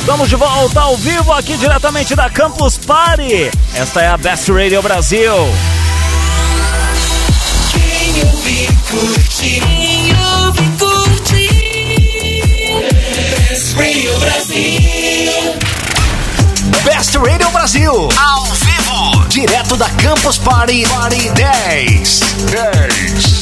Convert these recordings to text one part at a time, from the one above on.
Estamos de volta ao vivo aqui diretamente da Campus Party. Esta é a Best Radio Brasil. Quem ouve, curte. Quem ouve, curte. Best Radio Brasil. Best Radio Brasil. Ao vivo. Direto da Campus Party, Party 10. 10.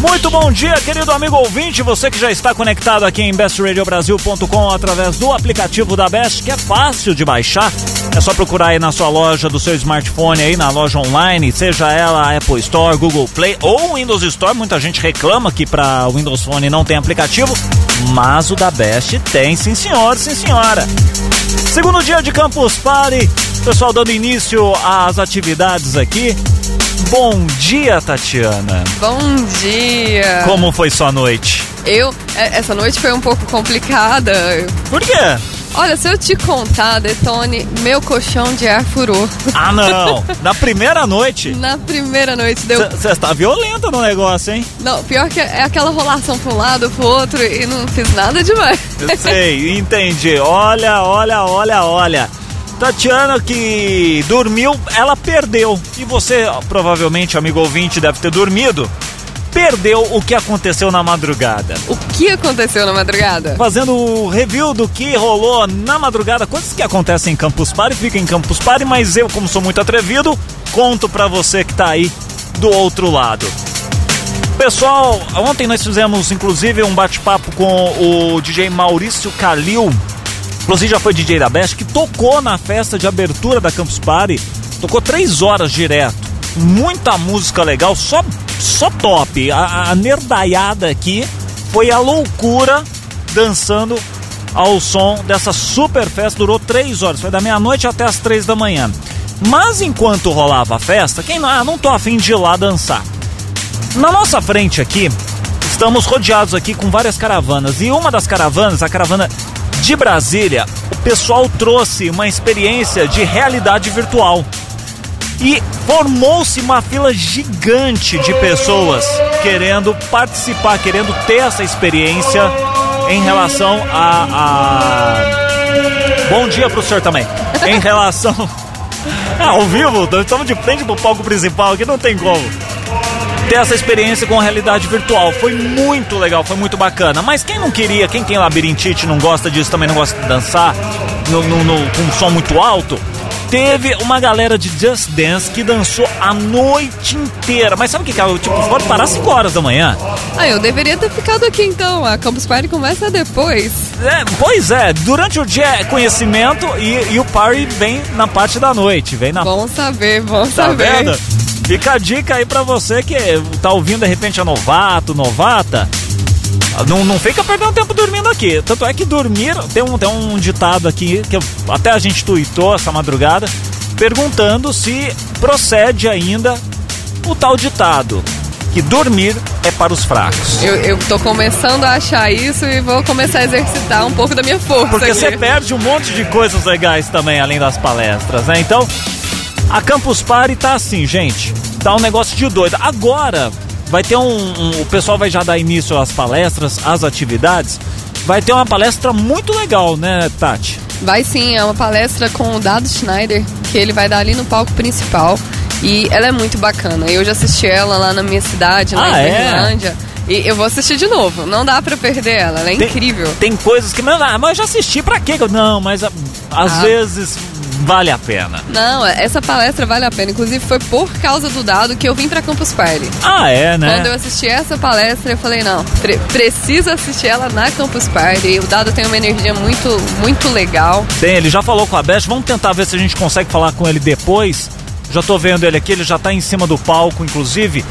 Muito bom dia, querido amigo ouvinte. Você que já está conectado aqui em bestradiobrasil.com através do aplicativo da Best, que é fácil de baixar. É só procurar aí na sua loja do seu smartphone aí, na loja online, seja ela Apple Store, Google Play ou Windows Store. Muita gente reclama que para Windows Phone não tem aplicativo, mas o da Best tem, sim senhor, sim senhora. Segundo dia de Campus Party, pessoal dando início às atividades aqui. Bom dia, Tatiana. Bom dia! Como foi sua noite? Eu, é- essa noite foi um pouco complicada. Por quê? Olha, se eu te contar, Detone, meu colchão de ar furou. Ah, não! Na primeira noite, Na primeira noite deu. você está violenta no negócio, hein? Não, pior que é aquela rolação pra um lado, pro outro e não fiz nada demais. Eu sei, entendi. Olha, olha, olha, olha. Tatiana que dormiu, ela perdeu. E você, provavelmente, amigo ouvinte, deve ter dormido. Perdeu o que aconteceu na madrugada. O que aconteceu na madrugada? Fazendo o review do que rolou na madrugada, coisas que acontecem em Campus Party, fica em Campus Party, mas eu, como sou muito atrevido, conto pra você que tá aí do outro lado. Pessoal, ontem nós fizemos inclusive um bate-papo com o DJ Maurício Calil, inclusive já foi DJ da Best, que tocou na festa de abertura da Campus Party, tocou três horas direto, muita música legal, só, só top. A, a nerdaiada aqui foi a loucura dançando ao som dessa super festa, durou três horas, foi da meia-noite até as três da manhã. Mas enquanto rolava a festa, quem não, ah, não tô afim de ir lá dançar. Na nossa frente aqui, estamos rodeados aqui com várias caravanas. E uma das caravanas, a caravana de Brasília, o pessoal trouxe uma experiência de realidade virtual. E formou-se uma fila gigante de pessoas querendo participar, querendo ter essa experiência em relação a. a- Bom dia pro senhor também. Em relação. Ah, ao vivo, estamos de frente pro palco principal aqui, não tem como ter essa experiência com realidade virtual. Foi muito legal, foi muito bacana. Mas quem não queria, quem tem labirintite, não gosta disso, também não gosta de dançar no, no- no- com um som muito alto, teve uma galera de Just Dance que dançou a noite inteira. Mas sabe o que, que é? Tipo, pode parar 5 horas da manhã. Ah, eu deveria ter ficado aqui então. A Campus Party começa depois. É, pois é, durante o dia é conhecimento e, e o party vem na parte da noite, vem na Bom saber, bom Tá saber. vendo? Fica a dica aí pra você que tá ouvindo de repente a novato, novata. Não, não fica perdendo tempo dormindo aqui. Tanto é que dormir. Tem um, tem um ditado aqui que eu- até a gente tuitou essa madrugada perguntando se procede ainda o tal ditado que dormir é para os fracos. Eu, eu tô começando a achar isso e vou começar a exercitar um pouco da minha força. Porque aqui. você perde um monte de coisas legais também, além das palestras, né? Então, a Campus Party tá assim, gente. Tá um negócio de doido. Agora, vai ter um, um- O pessoal vai já dar início às palestras, às atividades. Vai ter uma palestra muito legal, né, Tati? Vai sim, é uma palestra com o Dado Schneider, que ele vai dar ali no palco principal. E ela é muito bacana. Eu já assisti ela lá na minha cidade, na Ah, é? Irlândia. E eu vou assistir de novo. Não dá pra perder ela, ela é Tem- incrível. Tem coisas que. Mas, ah, mas eu já assisti, pra quê? Não, mas ah, às Ah. vezes vale a pena. Não, é, essa palestra vale a pena. Inclusive, foi por causa do Dado que eu vim pra Campus Party. Ah, é, né? Quando eu assisti essa palestra, eu falei, não, pre preciso assistir ela na Campus Party. O Dado tem uma energia muito, muito legal. Tem, ele já falou com a Beth, vamos tentar ver se a gente consegue falar com ele depois. Já tô vendo ele aqui, ele já tá em cima do palco, inclusive.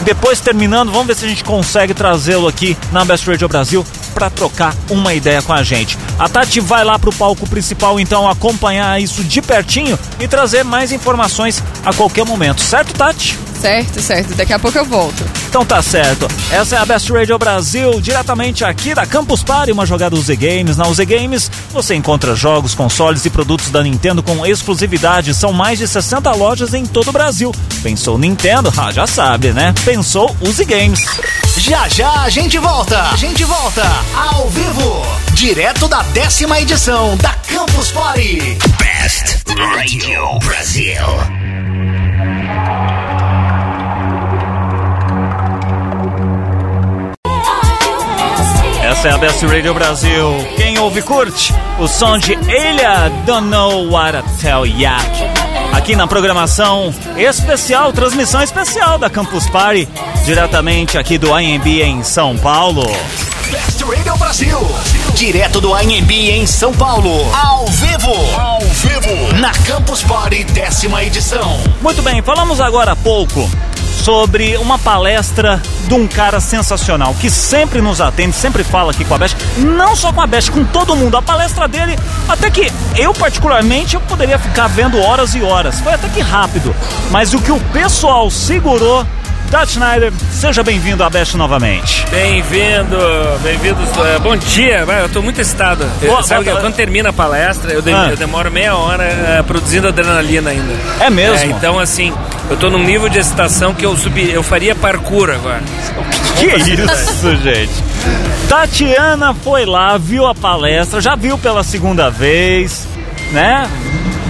Depois terminando, vamos ver se a gente consegue trazê-lo aqui na Best Radio Brasil para trocar uma ideia com a gente. A Tati vai lá pro palco principal então acompanhar isso de pertinho e trazer mais informações a qualquer momento, certo, Tati? Certo, certo. Daqui a pouco eu volto. Então tá certo. Essa é a Best Radio Brasil, diretamente aqui da Campus Party, uma jogada UZ Games. Na UZ Games você encontra jogos, consoles e produtos da Nintendo com exclusividade. São mais de 60 lojas em todo o Brasil. Pensou Nintendo? Ah, já sabe, né? Pensou UZ Games. Já já a gente volta. A gente volta. Ao vivo. direto da décima edição da Campus Party. Best Radio Brasil. Essa é a Best Radio Brasil. Quem ouve curte o som de Ilha Don't Know What to Tell Ya. Aqui na programação especial, transmissão especial da Campus Party, diretamente aqui do IMB em São Paulo. Best Radio Brasil. Direto do INB em São Paulo. Ao vivo. Ao vivo. Na Campus Party, décima edição. Muito bem, falamos agora há pouco sobre uma palestra de um cara sensacional que sempre nos atende, sempre fala aqui com a Best, não só com a Best, com todo mundo. A palestra dele, até que eu particularmente eu poderia ficar vendo horas e horas. Foi até que rápido, mas o que o pessoal segurou, Dutch Schneider, seja bem-vindo à Best novamente. Bem-vindo, bem-vindos. é, Bom dia, vai, eu tô muito excitado. Eu- Boa- Sabe boa- que quando termina a palestra, eu, de- Ah. eu demoro meia hora é, produzindo adrenalina ainda. É mesmo? então, assim, eu tô num nível de excitação que eu subi, eu faria parkour agora. Que é isso, gente? Tatiana foi lá, viu a palestra, já viu pela segunda vez, né?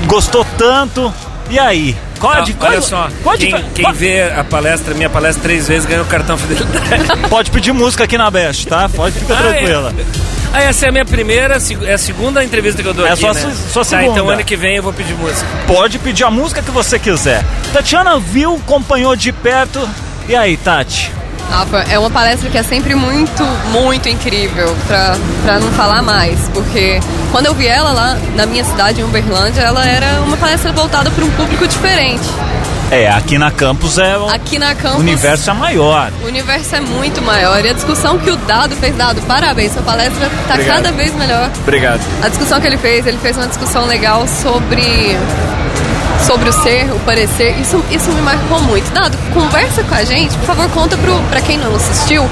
Gostou tanto. E aí? Qual a Ah, di- qual- Olha só, qual a quem, difer- quem qual- vê a palestra, minha palestra três vezes, ganha o cartão fidelidade. Pode pedir música aqui na Best, tá? Pode ficar Ah, é. tranquila. Ah, essa é a minha primeira, seg- é a segunda entrevista que eu dou É aqui, só a né? su- sua Tá, então segunda. ano que vem eu vou pedir música. Pode pedir a música que você quiser. Tatiana viu, acompanhou de perto. E aí, Tati? Rafa, é uma palestra que é sempre muito, muito incrível, pra, pra não falar mais. Porque quando eu vi ela lá na minha cidade, em Uberlândia, ela era uma palestra voltada para um público diferente. É, aqui na campus é o Aqui na campus, universo é maior. o universo é muito maior. E a discussão que o Dado fez, Dado, parabéns, sua palestra tá Obrigado. cada vez melhor. Obrigado. A discussão que ele fez, ele fez uma discussão legal sobre sobre o ser, o parecer. Isso, isso me marcou muito. Dado, conversa com a gente, por favor, conta pro, pra quem não assistiu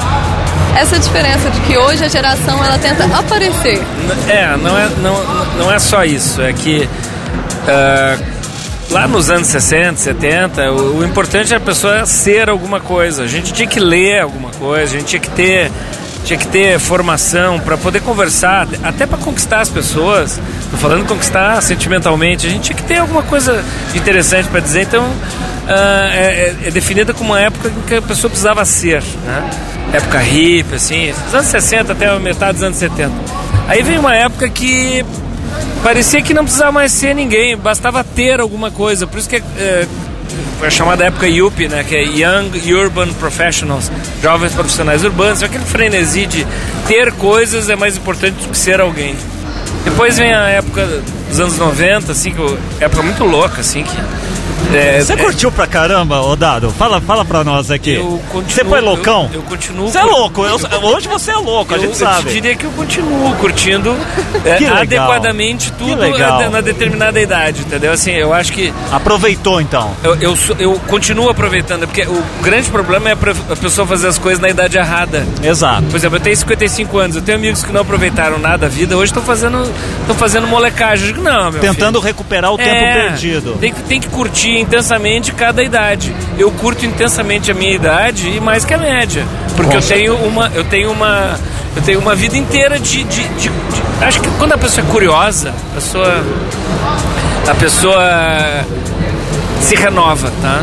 essa diferença de que hoje a geração ela tenta aparecer. N- É, não é, não, não é só isso. É que ah, lá nos anos 60, 70, o, o importante era a pessoa ser alguma coisa. A gente tinha que ler alguma coisa, a gente tinha que ter, tinha que ter formação para poder conversar, até para conquistar as pessoas. Tô falando conquistar sentimentalmente, a gente tinha que ter alguma coisa interessante para dizer. Então, ah, é, é- é definida como uma época em que a pessoa precisava ser, né? Época hippie, assim, dos anos 60 até a metade dos anos 70. Aí veio uma época que Parecia que não precisava mais ser ninguém, bastava ter alguma coisa. Por isso que é, foi a chamada época YUP, né? Que é Young Urban Professionals, jovens profissionais urbanos. Só Aquele frenesi de ter coisas é mais importante do que ser alguém. Depois vem a época dos anos 90, assim, que eu- época muito louca, assim, que... é, Você é, curtiu pra caramba, ô Dado? Fala, fala pra nós aqui. eu continuo- Você foi loucão? Eu, eu continuo... Você é louco, eu- hoje você é louco, a Eu, gente eu sabe. te diria que eu continuo curtindo é, Que legal. adequadamente tudo legal. na determinada idade, entendeu? Assim, eu acho que Aproveitou então. Eu, eu, sou- eu continuo aproveitando, porque o grande problema é a, pre- a pessoa fazer as coisas na idade errada. Exato. Por exemplo, eu tenho 55 anos, eu tenho amigos que não aproveitaram nada da vida, hoje estão fazendo, estão fazendo molecagem. Eu digo, não, meu Tentando recuperar o filho, tempo é, perdido. Tem que, tem que curtir intensamente cada idade. Eu curto intensamente a minha idade e mais que a média. Porque eu tenho uma. Eu tenho uma. Eu tenho uma vida inteira de. de- de- de- acho que quando a pessoa é curiosa, a pessoa. A pessoa se renova, tá?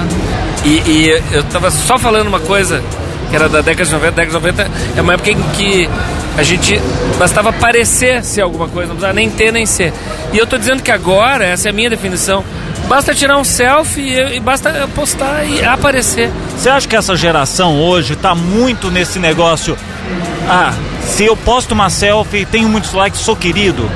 E, e eu tava só falando uma coisa, que era da década de 90, década de 90 é uma época em que a gente bastava parecer ser alguma coisa, não precisava nem ter nem ser. E eu tô dizendo que agora, essa é a minha definição, basta tirar um selfie e, e basta postar e aparecer. Você acha que essa geração hoje tá muito nesse negócio? Ah, se eu posto uma selfie, tenho muitos likes, sou querido.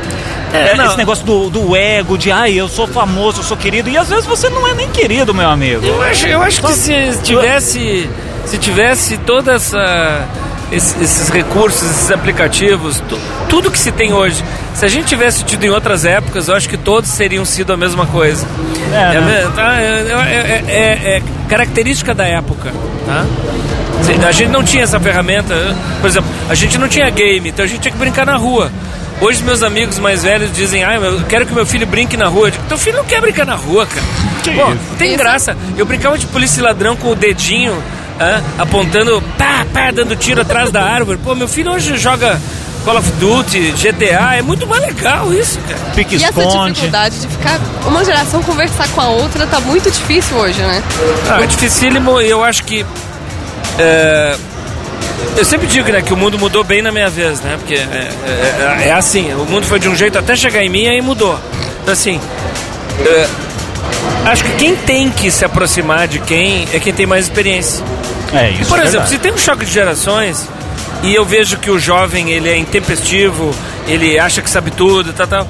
É, É, não. esse negócio do, do ego, de ai, eu sou famoso, eu sou querido. E às vezes você não é nem querido, meu amigo. Eu acho, eu acho que se tivesse, se tivesse toda essa esses, esses recursos, esses aplicativos, tu- tudo que se tem hoje, se a gente tivesse tido em outras épocas, eu acho que todos seriam sido a mesma coisa. É, né? É, mesmo, tá? É- é- é- é- é característica da época, tá? Se- A gente não tinha essa ferramenta, por exemplo, a gente não tinha game, então a gente tinha que brincar na rua. Hoje meus amigos mais velhos dizem, ah, eu quero que meu filho brinque na rua. Eu digo, teu filho não quer brincar na rua, cara. Que Pô, isso? tem Isso. graça. Eu brincava de polícia e ladrão com o dedinho, hã, apontando, pá, pá, dando tiro atrás da árvore. Pô, meu filho hoje joga Call of Duty, GTA, é muito mais legal isso, cara. Pique E essa esconde. dificuldade de ficar uma geração conversar com a outra tá muito difícil hoje, né? Ah, é dificílimo e eu acho que. é, eu sempre digo né, que o mundo mudou bem na minha vez, né? Porque é, é- é- é assim, o mundo foi de um jeito até chegar em mim e aí mudou. Então, assim. é, acho que quem tem que se aproximar de quem é quem tem mais experiência. É isso. Por é exemplo, verdade. se tem um choque de gerações e eu vejo que o jovem ele é intempestivo, ele acha que sabe tudo, tal, tal.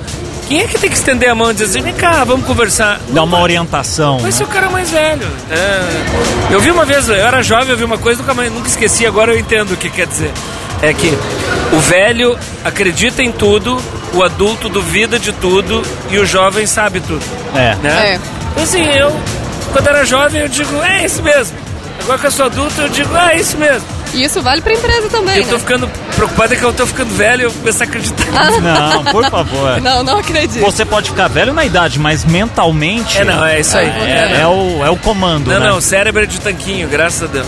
Quem é que tem que estender a mão e dizer assim, vem cá, vamos conversar? Dá uma orientação. Vai ser né? o cara mais velho. É, Eu vi uma vez, eu era jovem, eu vi uma coisa, nunca, mais, nunca esqueci, agora eu entendo o que quer dizer. É que o velho acredita em tudo, o adulto duvida de tudo e o jovem sabe tudo. É. Né? É. Então, Assim, eu, quando era jovem, eu digo, é isso mesmo. Agora que eu sou adulto, eu digo, ah, é isso mesmo. E isso vale pra empresa E também, eu tô né? ficando preocupado é que eu tô ficando velho e eu começo a acreditar. Não, por favor. Não, não acredito. Você pode ficar velho na idade, mas mentalmente. É, não, é isso aí. É, É, é o, é o comando, Não, né? não, cérebro é de tanquinho, graças a Deus.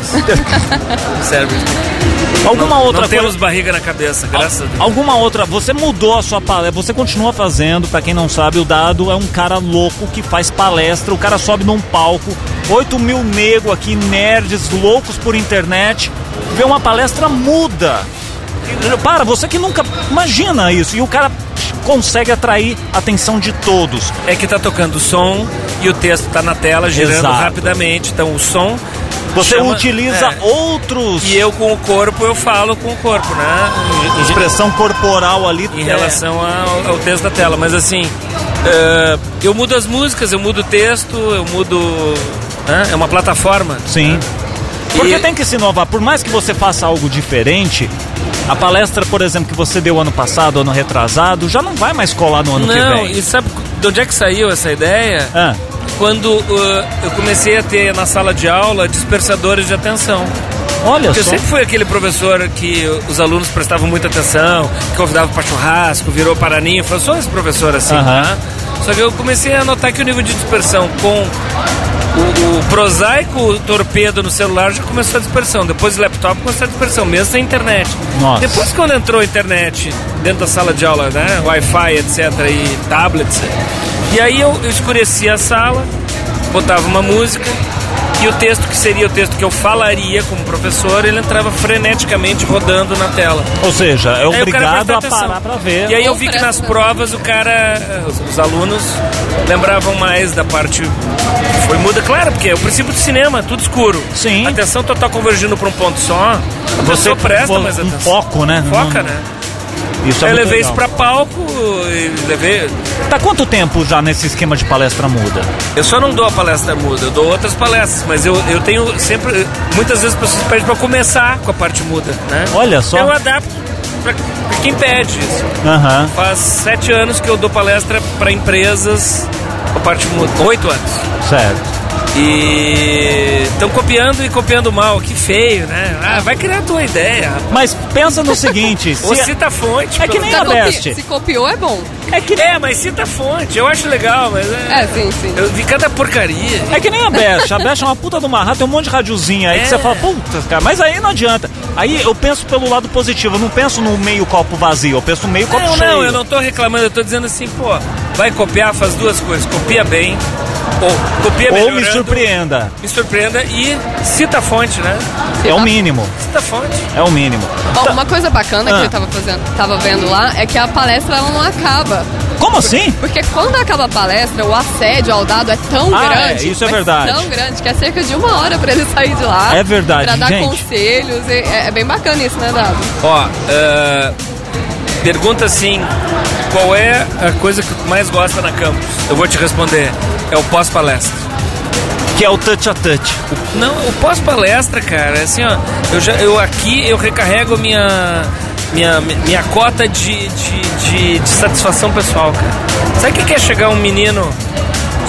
cérebro de tanquinho. Alguma outra não temos coisa. barriga na cabeça, graças a Deus. Alguma outra. Você mudou a sua palestra, você continua fazendo. Pra quem não sabe, o Dado é um cara louco que faz palestra. O cara sobe num palco, 8 mil nego aqui, nerds, loucos por internet. Vê uma palestra muda. Para, você que nunca imagina isso. E o cara consegue atrair a atenção de todos. É que tá tocando o som e o texto tá na tela, girando Exato. rapidamente. Então o som. Você chama- utiliza é. outros. E eu com o corpo, eu falo com o corpo, né? Em- em- expressão corporal ali é. Em relação ao, ao texto da tela. Mas assim, eh, eu mudo as músicas, eu mudo o texto, eu mudo. né? É uma plataforma. Sim. Porque É. E- tem que se inovar. Por mais que você faça algo diferente, a palestra, por exemplo, que você deu ano passado, ano retrasado, já não vai mais colar no ano Não, que e vem. sabe de onde é que saiu essa ideia? Ah, Quando eh, eu comecei a ter na sala de aula dispersadores de atenção. olha Porque eu só. sempre fui aquele professor que os alunos prestavam muita atenção, que convidava para churrasco, virou paraninho. Eu sou esse professor assim, Aham. né? Só que eu comecei a notar que o nível de dispersão com o, o prosaico torpedo no celular já começou a dispersão. Depois o laptop começou a dispersão, mesmo sem internet. Nossa. Depois quando entrou a internet dentro da sala de aula, né? Wi-Fi, etc. e tablets. E aí eu, eu escurecia a sala, botava uma música e o texto que seria o texto que eu falaria como professor, ele entrava freneticamente rodando na tela. Ou seja, é Aí o cara obrigado presta a atenção. parar pra ver. E aí eu Ou vi que presta. nas provas o cara, eh, os, os alunos lembravam mais da parte que foi muda, claro, porque é o princípio do cinema, tudo escuro. Sim. Atenção total convergindo para um ponto só. Você presta fo- mais um atenção. foco, né? Foca, Não- né? Isso é Aí eu muito levei legal. isso pra palco e levei. Tá quanto tempo já nesse esquema de palestra muda? Eu só não dou a palestra muda, eu dou outras palestras, mas eu, eu tenho sempre. Muitas vezes as pessoas pedem pra eu começar com a parte muda, né? Olha só. Eu adapto pra, pra quem pede isso. Aham. Faz sete anos que eu dou palestra pra empresas com a parte muda. Oito anos. Certo. E. estão copiando e copiando mal, que feio, né? Ah, vai criar a tua ideia. Mas pensa no seguinte, Ou se cita a fonte. É que pelo- nem Se a copi- Leste. Se copiou é bom. é que É, mas cita a fonte. Eu acho legal, mas. É, sim, sim. Eu vi cada porcaria. É que nem a Best. A Best é uma puta de uma rata, tem um monte de radiozinha aí É. que você fala, puta, cara, mas aí não adianta. Aí eu penso pelo lado positivo, eu não penso no meio copo vazio, eu penso no meio copo Não, cheio. não, eu não tô reclamando, eu tô dizendo assim, pô, vai copiar, faz duas coisas, copia bem, ou copia Ou melhorando, me surpreenda. me surpreenda e cita a fonte, né? É o Tá- mínimo, Cita a fonte. é o mínimo. Bom, uma coisa bacana Ah. que eu tava fazendo, tava vendo lá, é que a palestra ela não acaba. Como assim? Porque quando acaba a palestra, o assédio ao dado é tão Ah, grande. é, isso é mas verdade. Tão grande que é cerca de uma hora pra ele sair de lá. É verdade, Pra dar gente. conselhos. e- é, é bem bacana isso, né, Dado? Ó, ah, pergunta assim, qual é a coisa que tu mais gosta na campus? Eu vou te responder, é o pós-palestra. Que é o touch a touch. Não, o pós-palestra, cara, assim, ó, eu, já, eu aqui, eu recarrego minha, minha, minha cota de, de, de- de satisfação pessoal, cara. Sabe o que que é chegar um menino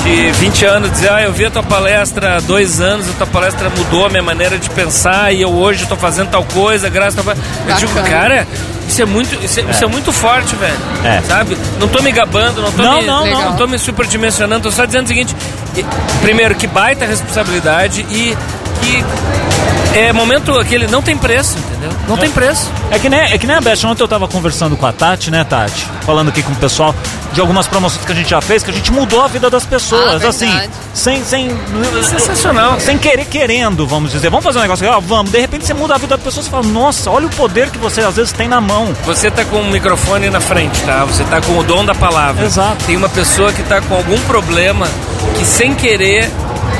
de 20 anos e dizer, ah, eu vi a tua palestra há dois anos, a tua palestra mudou a minha maneira de pensar e eu hoje estou fazendo tal coisa, graças a tua palestra. Eu digo, Bacana. cara, isso é muito, isso é, isso é muito forte, velho. É. Sabe? Não tô me gabando, não tô Não, me, não, não. tô me superdimensionando, tô só dizendo o seguinte: e- primeiro, que baita responsabilidade e que É momento aquele não tem preço, entendeu? Não tem preço. É que nem, é que nem a Beth, ontem eu tava conversando com a Tati, né, Tati? Falando aqui com o pessoal de algumas promoções que a gente já fez, que a gente mudou a vida das pessoas, Ah, assim, verdade. sem, sem, Sensacional. sem querer querendo, vamos dizer. Vamos fazer um negócio aqui, ó, vamos. De repente você muda a vida da pessoa, você fala, nossa, olha o poder que você às vezes tem na mão. Você tá com o microfone na frente, tá? Você tá com o dom da palavra. Exato. Tem uma pessoa que tá com algum problema que sem querer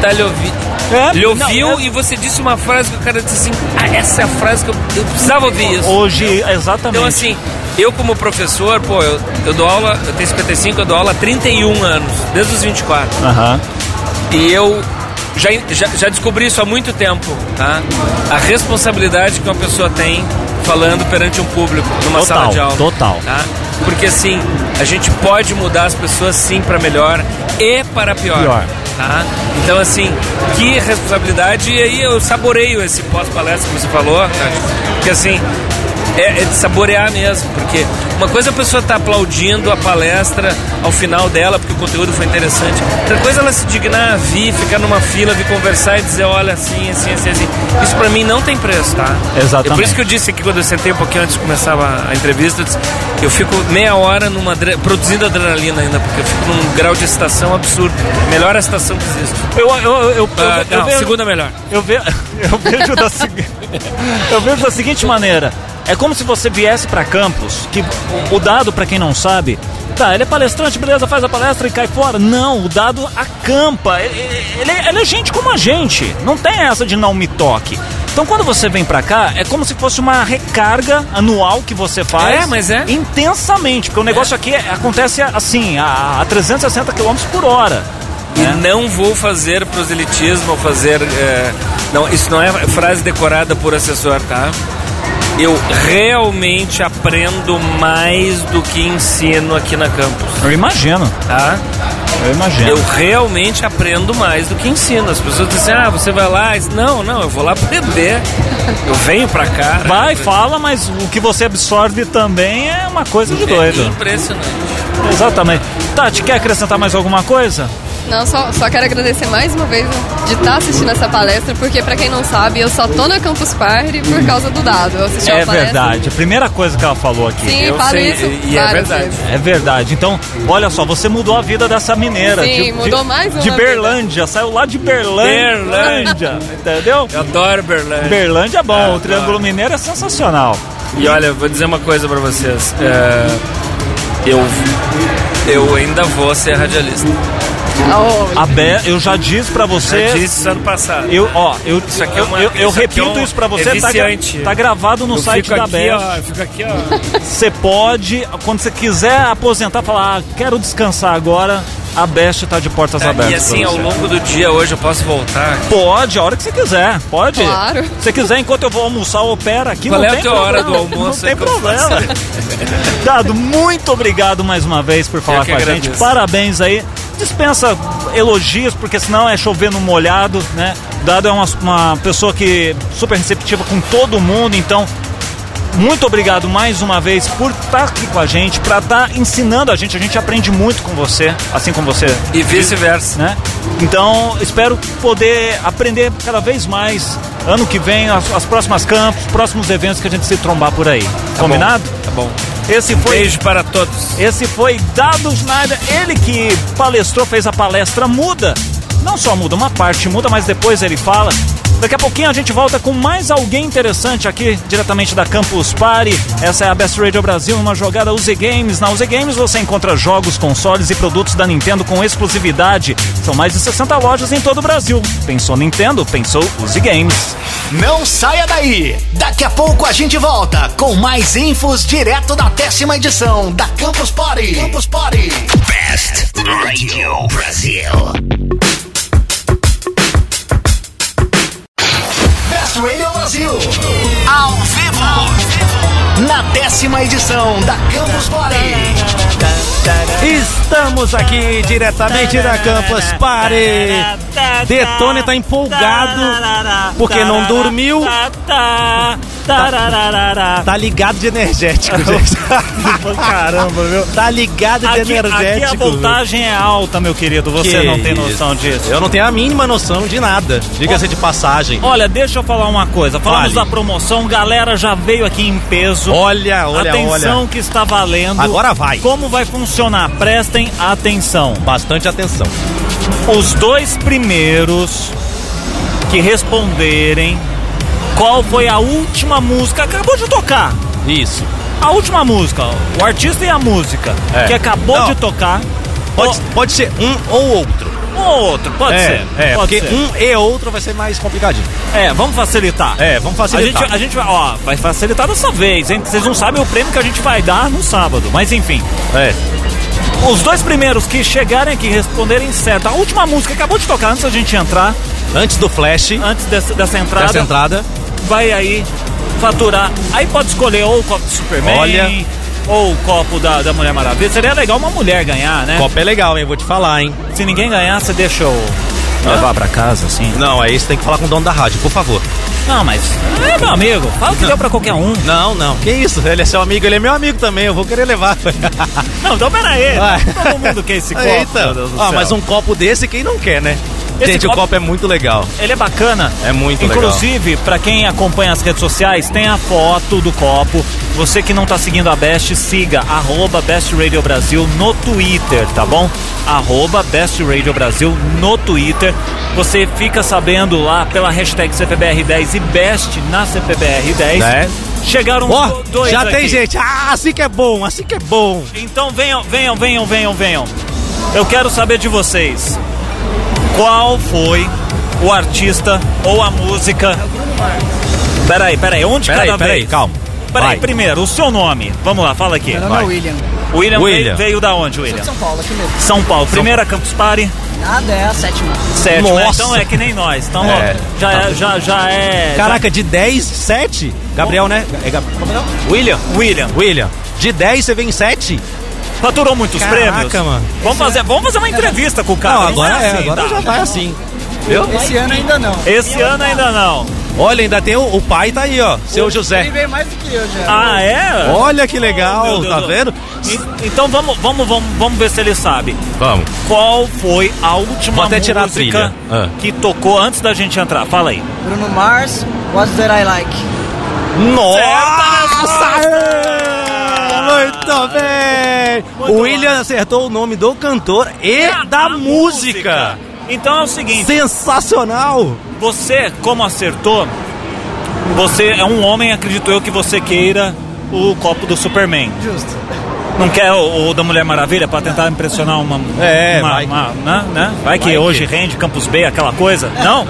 tá lhe ouvi... É, lhe não, ouviu é- e você disse uma frase que o cara disse assim, ah, essa é a frase que eu, eu precisava ouvir isso. Hoje, exatamente. Então assim, eu como professor, pô, eu, eu dou aula, eu tenho 55, eu dou aula há 31 anos, desde os 24. Aham. E eu já, já, já descobri isso há muito tempo, tá? A responsabilidade que uma pessoa tem falando perante um público numa Total, sala de aula. total. Tá? Porque assim, a gente pode mudar as pessoas sim para melhor e para pior. Pior. Tá? Então assim, que responsabilidade. E aí eu saboreio esse pós-palestra que você falou, Tati, porque assim, é, é de saborear mesmo, porque uma coisa é a pessoa tá aplaudindo a palestra ao final dela, porque o conteúdo foi interessante. Outra coisa é ela se dignar a vir, ficar numa fila, vir conversar e dizer, olha, assim, assim, assim, assim. Isso pra mim não tem preço, tá? Exatamente. É por isso que eu disse aqui quando eu sentei um pouquinho antes de começar a- a entrevista, eu, disse, eu fico meia hora numa adre- produzindo adrenalina ainda, porque eu fico num grau de excitação absurdo. Melhor excitação que existe. Eu, eu, eu, eu, Ah, eu- eu não, vejo- segunda melhor. Eu, ve- eu vejo da segui- eu vejo da seguinte maneira. É como se você viesse para campus, que o- o dado, para quem não sabe, tá, ele é palestrante, beleza, faz a palestra e cai fora. Não, o dado acampa. Ele, ele- ele é gente como a gente. Não tem essa de não me toque. Então quando você vem pra cá, é como se fosse uma recarga anual que você faz. É, mas é. Intensamente, porque o negócio aqui é- acontece assim, a, a 360 km por hora. E né? não vou fazer proselitismo, ou fazer. é, não, isso não é frase decorada por assessor, tá? Eu realmente aprendo mais do que ensino aqui na campus, Eu imagino, tá? eu imagino. Eu realmente aprendo mais do que ensino. As pessoas dizem, ah, você vai lá. Eu disse, Não, não, eu vou lá aprender. Eu venho pra cá. Vai, fala, mas o que você absorve também é uma coisa de É doido. impressionante. Exatamente. Tati, quer acrescentar mais alguma coisa? Não, só, só quero agradecer mais uma vez de estar assistindo essa palestra, porque pra quem não sabe, eu só tô na Campus Party por causa do dado. Eu assisti É a palestra. verdade. A primeira coisa que ela falou aqui. Sim, Eu falo sei, isso e- e é várias verdade. vezes. É verdade. Então, olha só, você mudou a vida dessa mineira. Sim, mudou mais uma De vida. Berlândia, saiu lá de Berlândia. Berlândia. Entendeu? Eu adoro Berlim. Berlândia é bom, É, o Triângulo adoro. Mineiro é sensacional. E olha, eu vou dizer uma coisa pra vocês. É, eu, eu ainda vou ser radialista. Ah, A Be eu já disse pra você. Já disse isso ano passado. Eu, ó, eu, Isso aqui é uma- eu, eu- eu isso aqui é repito um- isso pra você, é tá, gra- viciante. tá gravado no Eu site fico da aqui, Best. ó, eu fico aqui, ó. Você pode, quando você quiser aposentar, falar, ah, quero descansar agora, a Best tá de portas abertas. e assim, pra ao você. longo do dia hoje eu posso voltar. Pode, a hora que você quiser, pode. Claro. Se você quiser, enquanto eu vou almoçar, opera aqui, Qual não é a tem tua problema. hora do almoço Não tem que eu problema. Dado, muito obrigado mais uma vez por falar Eu que com a agradeço. gente. Parabéns aí. Dispensa elogios, porque senão é chover no molhado, né? Dado é uma, uma pessoa que super receptiva com todo mundo, então muito obrigado mais uma vez por estar aqui com a gente, para estar ensinando a gente. A gente aprende muito com você, assim como você E vice-versa. né? Então, espero poder aprender cada vez mais ano que vem, as, as próximas campos, próximos eventos que a gente se trombar por aí. Combinado? Tá bom. Esse foi Beijo para todos. esse foi Dado Schneider, ele que palestrou, fez a palestra muda. Não só muda uma parte, muda, mas depois ele fala. Daqui a pouquinho a gente volta com mais alguém interessante aqui, diretamente da Campus Party. Essa é a Best Radio Brasil, uma jogada UZ Games. Na UZ Games você encontra jogos, consoles e produtos da Nintendo com exclusividade. São mais de 60 lojas em todo o Brasil. Pensou Nintendo? Pensou UZ Games. Não saia daí! Daqui a pouco a gente volta com mais infos direto da décima edição da Campus Party. Campus Party. Best Radio Brasil. Best Radio Brasil. Ao vivo. Na décima edição da Campus Party. Estamos aqui diretamente da Campus Party. Detone tá empolgado porque não dormiu. Tarararará. Tá ligado de energético, gente. Caramba, viu? Tá ligado de Aqui, aqui energético. a voltagem é alta, meu querido. Você Que não tem isso. noção disso. Eu não tenho a mínima noção de nada. Diga-se de passagem. Olha, deixa eu falar uma coisa. Falamos Fale. da promoção, galera já veio aqui em peso. Olha, olha, atenção olha. que está valendo. Agora vai. Como vai funcionar? Prestem atenção. Bastante atenção. Os dois primeiros que responderem qual foi a última música acabou de tocar. Isso. A última música, o artista e a música É. que acabou Não. de tocar. Pode, pode ser um ou outro. Um ou outro, pode é, ser. é, pode porque ser. um e outro vai ser mais complicadinho. É, vamos facilitar. É, vamos A gente, facilitar. a gente vai, ó, vai facilitar dessa vez, hein? Vocês não sabem o prêmio que a gente vai dar no sábado, mas enfim. É. Os dois primeiros que chegarem aqui e responderem certo. A última música acabou de tocar antes da gente entrar, Antes do flash, antes dessa, dessa entrada, dessa entrada, vai aí faturar. Aí pode escolher ou o copo do Superman, Olha. ou o copo da, da Mulher Maravilha. Seria legal uma mulher ganhar, né? Copa é legal, hein? Vou te falar, hein? Se ninguém ganhar, você deixa eu levar pra casa, assim. Não, aí você tem que falar com o dono da rádio, por favor. Não, mas. É, meu amigo, fala que deu pra qualquer um. Não, não. Que isso? Ele é seu amigo, ele é meu amigo também. Eu vou querer levar. Não, então pera aí. Vai. Todo mundo quer esse copo. Eita. meu Deus do Ah, céu. mas um copo desse quem não quer, né? Esse gente, copo- o copo é muito legal. Ele é bacana. É muito legal. Inclusive, pra quem acompanha as redes sociais, tem a foto do copo. Você que não tá seguindo a Best, siga arroba Best Radio Brasil no Twitter, tá bom? Arroba Best Radio Brasil no Twitter. Você fica sabendo lá pela hashtag CPBR10 e Best na CPBR10. Né? Chegaram Ó, do- dois já tem aqui. gente. Ah, assim que é bom, assim que é bom. Então venham, venham, venham, venham, venham. Eu quero saber de vocês. Qual foi o artista ou a música? Peraí, peraí, um de Peraí, cada peraí, vez. calma. Peraí, Vai. primeiro, o seu nome. Vamos lá, fala aqui. Meu nome Vai. é William. William, William. Veio, veio da onde, William? São Paulo, aqui mesmo. São Paulo. Primeira Campus Party, Nada, é a sétima. sétima. Nossa. Então é que nem nós. Então É. ó, já, é, já, já é. Caraca, de 10, 7? Gabriel, né? É Gab- como é o nome? William? já- William, William. De 10 você vem 7? faturou muitos Caraca, prêmios. mano. Vamos fazer, vamos fazer uma entrevista com o cara. não, agora é, assim, agora tá? já vai assim. Esse ano ainda não. Esse ano ainda não. Olha, ainda tem o, o pai tá aí, ó. Seu Ele José. veio mais do que eu já. Ah, é? Olha que legal, Meu Deus tá do- vendo? E- Então vamos, vamos, vamos, vamos ver se ele sabe. Vamos. Qual foi a última Vou até música tirar a trilha. Ah. que tocou antes da gente entrar? Fala aí. Bruno Mars, What That I Like. Nossa! Muito bem! Muito o William acertou o nome do cantor e da A música. Então é o seguinte, Sensacional! você como acertou, você é um homem, acredito eu, que você queira o copo do Superman. Justo. Não quer o, o da Mulher Maravilha pra tentar impressionar uma. É, uma, vai que- uma- né, né? Vai que Vai que- hoje rende Campus B, aquela coisa? Não?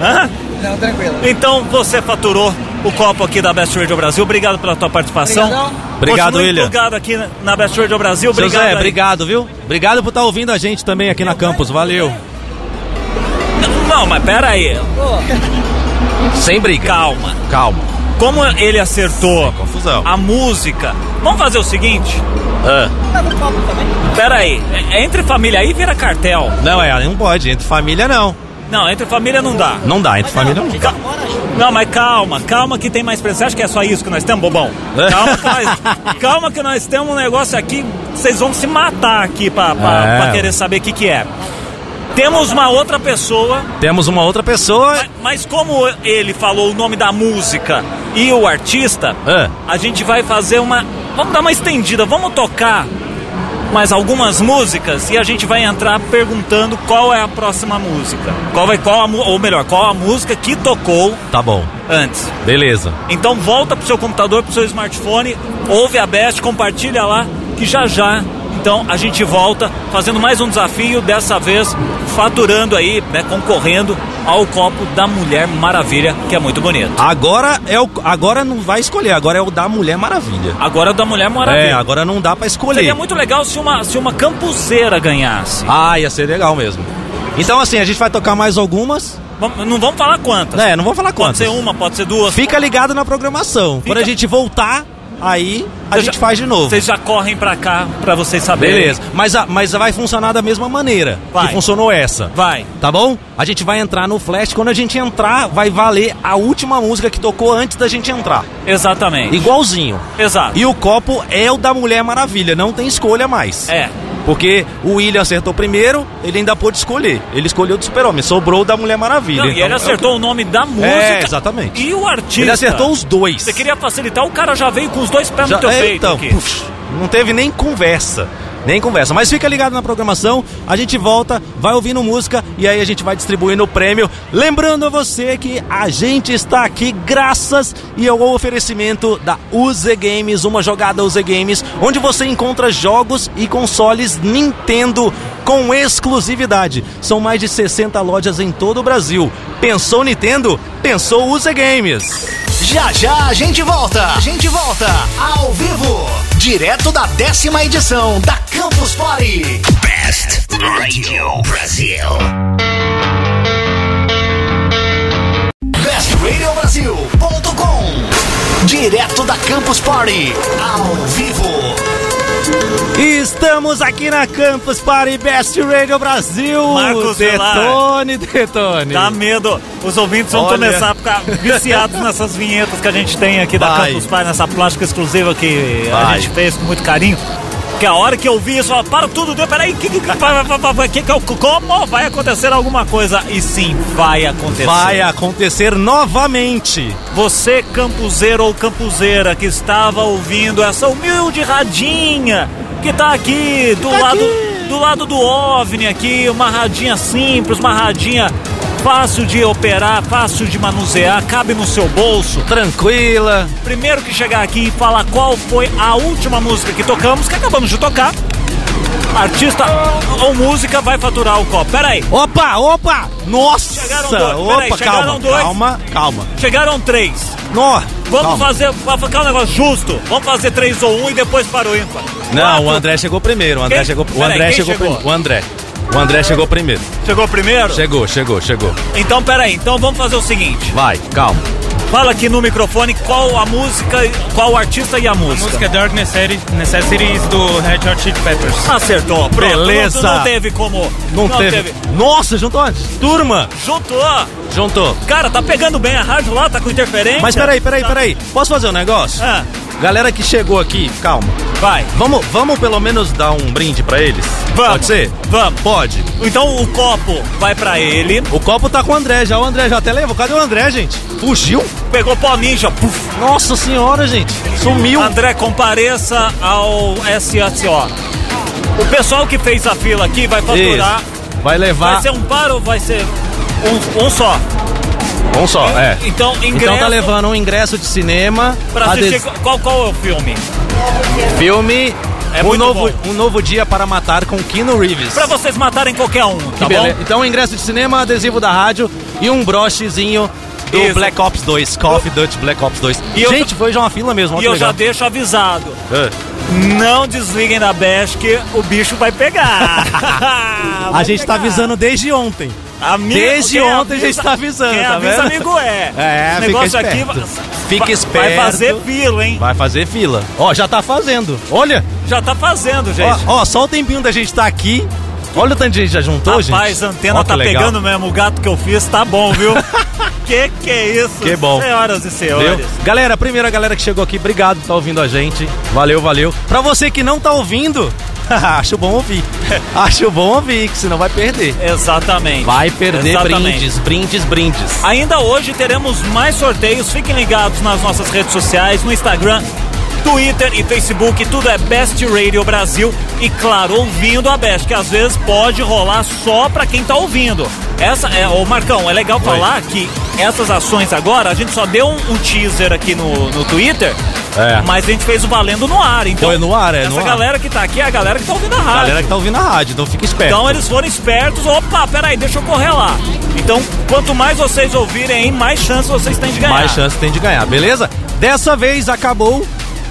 Hã? Não, tranquilo. Então você faturou o copo aqui da Best Radio Brasil. Obrigado pela tua participação. Obrigadão. Obrigado, Continue William. Obrigado aqui na Best Radio Brasil. Seu Obrigado. José, aí. obrigado, viu? Obrigado por estar ouvindo a gente também aqui na campus, valeu. Não, mas pera aí. Sem briga. Calma. Calma. é Como ele acertou confusão. a música, vamos fazer o seguinte. Pera aí. É- Entre família aí vira cartel. Não, é, não pode. Entre família não. Não, entre família não dá. Não dá, entre família não. Ca- Não, mas calma, calma que tem mais pressão. Você acha que é só isso que nós temos, bobão? Calma que nós, calma que nós temos um negócio aqui, vocês vão se matar aqui pra, pra- É. pra querer saber o que, que é. Temos uma outra pessoa, Temos uma outra pessoa. ma- mas como ele falou o nome da música e o artista, É. a gente vai fazer uma. Vamos dar uma estendida, vamos tocar mais algumas músicas e a gente vai entrar perguntando qual é a próxima música. Qual vai, qual a, mu- ou melhor, qual a música que tocou Tá bom. antes. Beleza. Então volta pro seu computador, pro seu smartphone, ouve a Best, compartilha lá, que já já, então a gente volta fazendo mais um desafio, dessa vez faturando aí, né, concorrendo ao copo da Mulher Maravilha, que é muito bonito. Agora é o agora não vai escolher, agora é o da Mulher Maravilha. Agora da Mulher É, Maravilha. agora não dá Seria pra escolher. muito legal se uma, se uma campuseira ganhasse. Ah, ia ser legal mesmo. Então assim, a gente vai tocar mais algumas, Vam- Não vamos falar quantas. né? Não vou falar Pode quantas. ser uma, pode ser duas. Fica ligado na programação. Quando a gente voltar, Aí a Vocês gente já- faz de novo. Vocês já correm pra cá pra vocês saberem. Beleza. Mas, a- mas vai funcionar da mesma maneira Vai. que funcionou essa. Vai. Tá bom? A gente vai entrar no flash. Quando a gente entrar, vai valer a última música que tocou antes da gente entrar. Exatamente. Igualzinho. Exato. E o copo é o da Mulher Maravilha, não tem escolha mais. É. Porque o William acertou primeiro, ele ainda pôde escolher. Ele escolheu do Super-Homem, sobrou o da Mulher Maravilha. Não, e Então, ele acertou o nome da música. É, exatamente. E o artista. Ele acertou os dois. Você queria facilitar, o cara já veio com os dois pés Já- Tá no teu é, peito então, aqui. puf, não teve nem conversa. Nem conversa. Mas fica ligado na programação, a gente volta, vai ouvindo música e aí a gente vai distribuindo o prêmio. Lembrando a você que a gente está aqui graças e ao oferecimento da UZ Games, uma jogada UZ Games, onde você encontra jogos e consoles Nintendo com exclusividade. São mais de 60 lojas em todo o Brasil. Pensou Nintendo? Pensou UZ Games. Já já a gente volta. A gente volta ao vivo, direto da décima edição da Campus Party. Best Radio Brasil. BestRadioBrasil.com Direto da Campus Party, ao vivo. Estamos aqui na Campus Party Best Radio Brasil. Marcos Detone, Detone. Dá medo. Os ouvintes vão Olha. começar a ficar viciados nessas vinhetas que a gente tem aqui da Vai. Campus Party, nessa plástica exclusiva que a Vai. gente fez com muito carinho. Que a hora que eu vi isso, eu falei, para tudo, deu, peraí, que, que, que, pa- pa- pa- pa- que, que eu- como vai acontecer alguma coisa? E sim, vai acontecer. Vai acontecer novamente. Você, campuseiro ou campuseira, que estava ouvindo essa humilde radinha que tá aqui do lado do lado do OVNI aqui, uma radinha simples, uma radinha fácil de operar, fácil de manusear, cabe no seu bolso. Tranquila. Primeiro que chegar aqui e falar qual foi a última música que tocamos, que acabamos de tocar. Artista ou música vai faturar o copo. Pera aí. Opa, opa. Nossa. Chegaram dois, Opa, peraí, chegaram calma, dois. calma, calma. Chegaram três. Nó. Vamos calma. fazer, vai ficar um negócio justo. Vamos fazer 3 ou 1 e depois para o ímpar. Não, Quatro. o André chegou primeiro. O André Quem? chegou, o Peraí, André quem chegou, chegou? primeiro. O André. O André chegou primeiro. Chegou primeiro? Chegou, chegou, chegou. Então, peraí. Então vamos fazer o seguinte. Vai, calma. Fala aqui no microfone qual a música, qual o artista e a música. Música é Dark Necessary- Necessities do Red Hot Chili Peppers. Acertou. Pronto. Beleza. Não, não teve como. Não, teve. Nossa, juntou antes. Turma, Juntou. juntou. Cara, tá pegando bem a rádio lá, tá com interferência. Mas peraí, peraí, Tá- peraí. Posso fazer um negócio? Ah, Galera que chegou aqui, calma. vai. Vamos, vamos pelo menos dar um brinde pra eles? Vamos. Pode ser? Vamos. Pode. Então o copo vai pra ele. O copo tá com o André já. O André já até levou. Cadê o André, gente? Fugiu? Pegou pó ninja. Puf. Nossa senhora, gente. Sumiu. André, compareça ao SSO. O pessoal que fez a fila aqui vai faturar. Isso. Vai levar. Vai ser um par ou vai ser um, um só? Um só, é. Então, ingresso Então tá levando um ingresso de cinema. pra ades- assistir. Qual, qual é o filme? Filme. É um, muito novo, bom. um novo dia para matar com Keanu Reeves. Pra vocês matarem qualquer um, Que tá bom? beleza. Então, ingresso de cinema, adesivo da rádio e um brochezinho do Isso. Black Ops 2, Call of Duty Black Ops 2. E eu- Gente, foi já uma fila mesmo, olha E que eu já legal. deixo avisado. É. Não desliguem da Bash que o bicho vai pegar. A gente tá avisando desde ontem. desde ontem a gente tá avisando, quem tá avisa, vendo? amigo é. É, Esse fica negócio aqui esperto. va- Fica va- esperto. Vai fazer fila, hein? Vai fazer fila. Ó, já tá fazendo. Olha, Já tá fazendo, gente. ó, ó, só o tempinho da gente tá aqui. Olha o tanto de gente já juntou, gente. Rapaz, a antena Ó, que tá legal. pegando mesmo. O gato que eu fiz tá bom, viu? que que é isso? Que bom. Senhoras e senhores. Valeu. Galera, primeiro a galera que chegou aqui, obrigado por tá ouvindo a gente. Valeu, valeu. Pra você que não tá ouvindo, acho bom ouvir. acho bom ouvir, que senão vai perder. Exatamente. Vai perder Exatamente. brindes, brindes, brindes. Ainda hoje teremos mais sorteios. Fiquem ligados nas nossas redes sociais, no Instagram, Twitter e Facebook. Tudo é Best Radio Brasil. E claro, ouvindo a Best, que às vezes pode rolar só pra quem tá ouvindo. Essa é, ô Marcão, é legal falar que essas ações agora, a gente só deu um, um teaser aqui no, no Twitter, É. mas a gente fez o valendo no ar. Então, Foi no ar, é, Essa no ar. galera que tá aqui é a galera que tá ouvindo a rádio. Galera que tá ouvindo a rádio, então fica esperto. Então eles foram espertos, opa, peraí, deixa eu correr lá. Então, quanto mais vocês ouvirem, mais chance vocês têm de ganhar. mais chance tem de ganhar, beleza? Dessa vez acabou,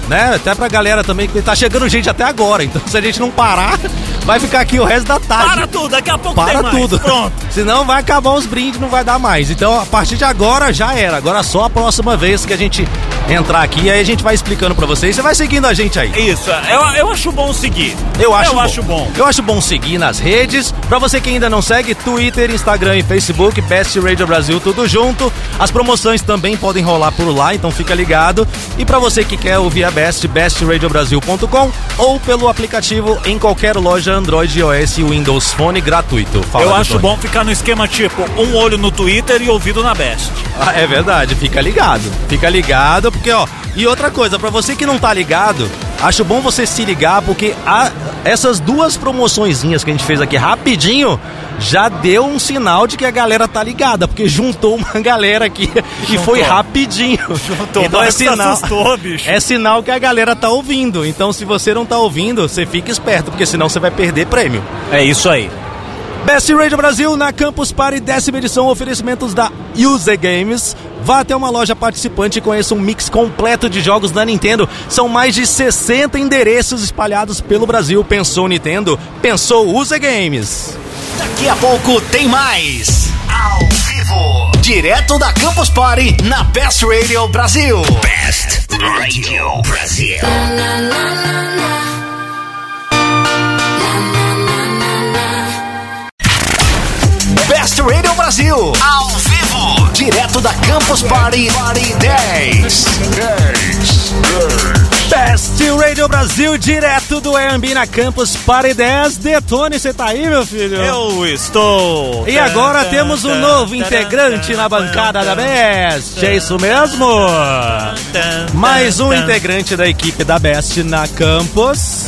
né? Até pra galera também que tá chegando gente até agora. Então se a gente não parar, vai ficar aqui o resto da tarde. Para tudo, daqui a pouco Para tem mais. tudo. Pronto. Senão vai acabar os brindes, não vai dar mais. Então, a partir de agora já era. Agora só a próxima vez que a gente entrar aqui, aí a gente vai explicando pra vocês. Você vai seguindo a gente aí. Isso, é eu, eu acho bom seguir. Eu acho, eu bom. acho bom. Eu acho bom seguir nas redes. Pra você que ainda não segue, Twitter, Instagram e Facebook, Best Radio Brasil, tudo junto. As promoções também podem rolar por lá, então fica ligado. E pra você que quer ouvir a Best, bestradiobrasil.com ou pelo aplicativo em qualquer loja Android, iOS e Windows Phone gratuito. Fala, eu Dudoni. acho bom ficar no esquema tipo um olho no Twitter e ouvido na Best. Ah, é verdade, fica ligado. Fica ligado, porque ó. E outra coisa, pra você que não tá ligado, acho bom você se ligar, porque a- essas duas promoçõezinhas que a gente fez aqui rapidinho já deu um sinal de que a galera tá ligada, porque juntou uma galera aqui e foi rapidinho. Juntou, mas assustou, bicho. Então É sinal que a galera tá ouvindo. Então, se você não tá ouvindo, você fica esperto, porque senão você vai perder prêmio. É isso aí. Best Radio Brasil na Campus Party, décima edição, oferecimentos da User Games. Vá até uma loja participante e conheça um mix completo de jogos da Nintendo. São mais de 60 endereços espalhados pelo Brasil. Pensou Nintendo? Pensou User Games. Daqui a pouco tem mais. Ao vivo. Direto da Campus Party na Best Radio Brasil. Best Radio Brasil. Best Radio Brasil. Ao vivo. Direto da Campus Party, Party 10. Best Radio Brasil, direto do Airbnb na Campus Party 10. Detone, você tá aí, meu filho? Eu estou. E agora temos um novo integrante na bancada da Best. É isso mesmo? Mais um integrante da equipe da Best na Campus.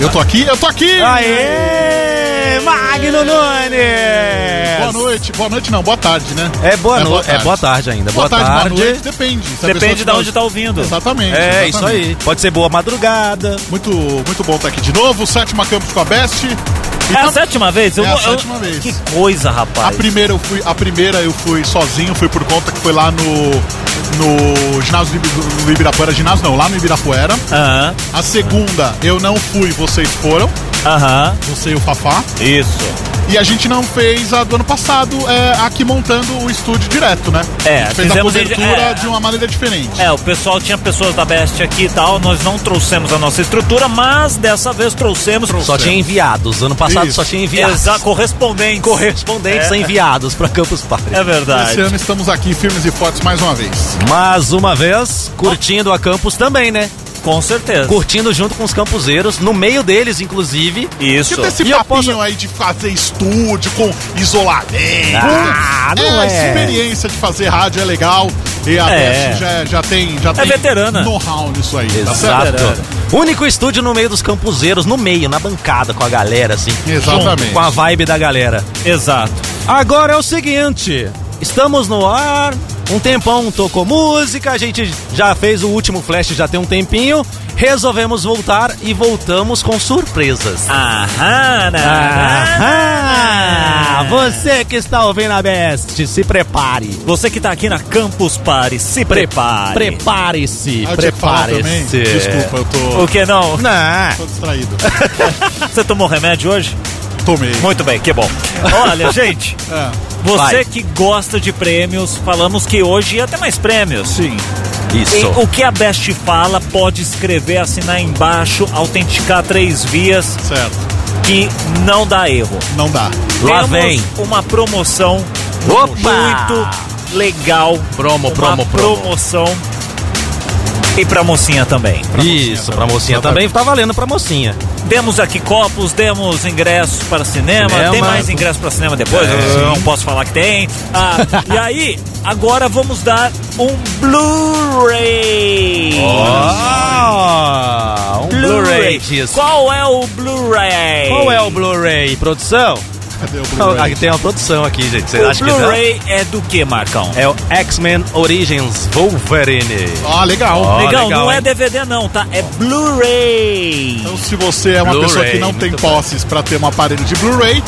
Eu tô aqui, eu tô aqui! É. Aê! Magno Nunes! Boa noite, boa noite não, boa tarde, né? É boa, É no... boa é tarde. boa tarde ainda. Boa Boa, tarde, tarde. boa noite, depende. se a pessoa Depende de tiver- onde tá ouvindo. Exatamente. É, exatamente. isso aí. Pode ser boa madrugada. Muito, muito bom estar aqui de novo, sétima campus com a Best. E É a tam- sétima vez? Eu É a não- eu- sétima vez. Que coisa, a rapaz. primeira eu fui, a primeira eu fui sozinho, fui por conta que foi lá no no ginásio do Ibi- do Ibirapuera, ginásio não, lá no Ibirapuera. Aham, A segunda eu não fui, vocês foram, aham. você e o Fafá. Isso. E a gente não fez a do ano passado é, aqui montando o estúdio direto, né? É, a gente fez a fizemos em- cobertura é. de uma maneira diferente. É, o pessoal tinha pessoas da Best aqui e tal. Nós não trouxemos a nossa estrutura, mas dessa vez trouxemos. Só tinha enviados. Ano passado Isso. só tinha enviados. Exa correspondentes. Correspondentes É. enviados para Campus Party. É Esse verdade. ano estamos aqui firmes e fortes mais uma vez. Mais uma vez, curtindo a Campus também, né? Com certeza. Curtindo junto com os campuseiros, no meio deles, inclusive. Isso. Porque esse E eu papinho posso- aí de fazer estúdio com isolamento. Ah, não a é. experiência de fazer rádio é legal. E a É. Best já, já tem. Já É tem veterana. Know-how nisso aí. tá certo? Exato. Único estúdio no meio dos campuseiros, no meio, na bancada, com a galera, assim. Exatamente. junto Com a vibe da galera. Exato. Agora é o seguinte, estamos no ar, um tempão tocou música, a gente já fez o último flash já tem um tempinho, resolvemos voltar e voltamos com surpresas. Aham. Ah, Aham. você que está ouvindo a Best, se prepare. Você que tá aqui na Campus Party, se prepare. Prepare-se, Ah, eu tinha que falar também. prepare-se. Desculpa, eu O tô, que não? Não. tô distraído. Você tomou remédio hoje? Tomei. Muito bem, que bom. Olha, gente, É. você Vai. que gosta de prêmios, falamos que hoje ia ter mais prêmios. Sim. E Isso. o que a Best fala, pode escrever, assinar embaixo, autenticar três vias, Certo. que não dá erro. Não dá. Lá Temos vem. uma promoção Opa! muito legal. Promo, uma promo, promo. promoção. E pra mocinha também. Isso, pra mocinha também tá valendo pra mocinha. Demos aqui copos, demos ingressos para cinema, Cinema. É. tem mais ingressos para cinema depois, eu não posso falar que tem. Ah, e aí, agora vamos dar um Blu-ray. Ó, um Blu-ray disso. Qual é o Blu-ray? Qual é o Blu-ray, produção? Cadê o Ah, Blu-ray? Aqui tem uma produção aqui, gente. Você O acha que não? Blu-ray é do que, Marcão? É o X-Men Origins Wolverine. Ah, legal. Ó. Negão, legal, não é hein? DVD não, tá? É Blu-ray. Então, se você é uma Blu-ray, pessoa que não tem muito posses pra ter um aparelho de Blu-ray,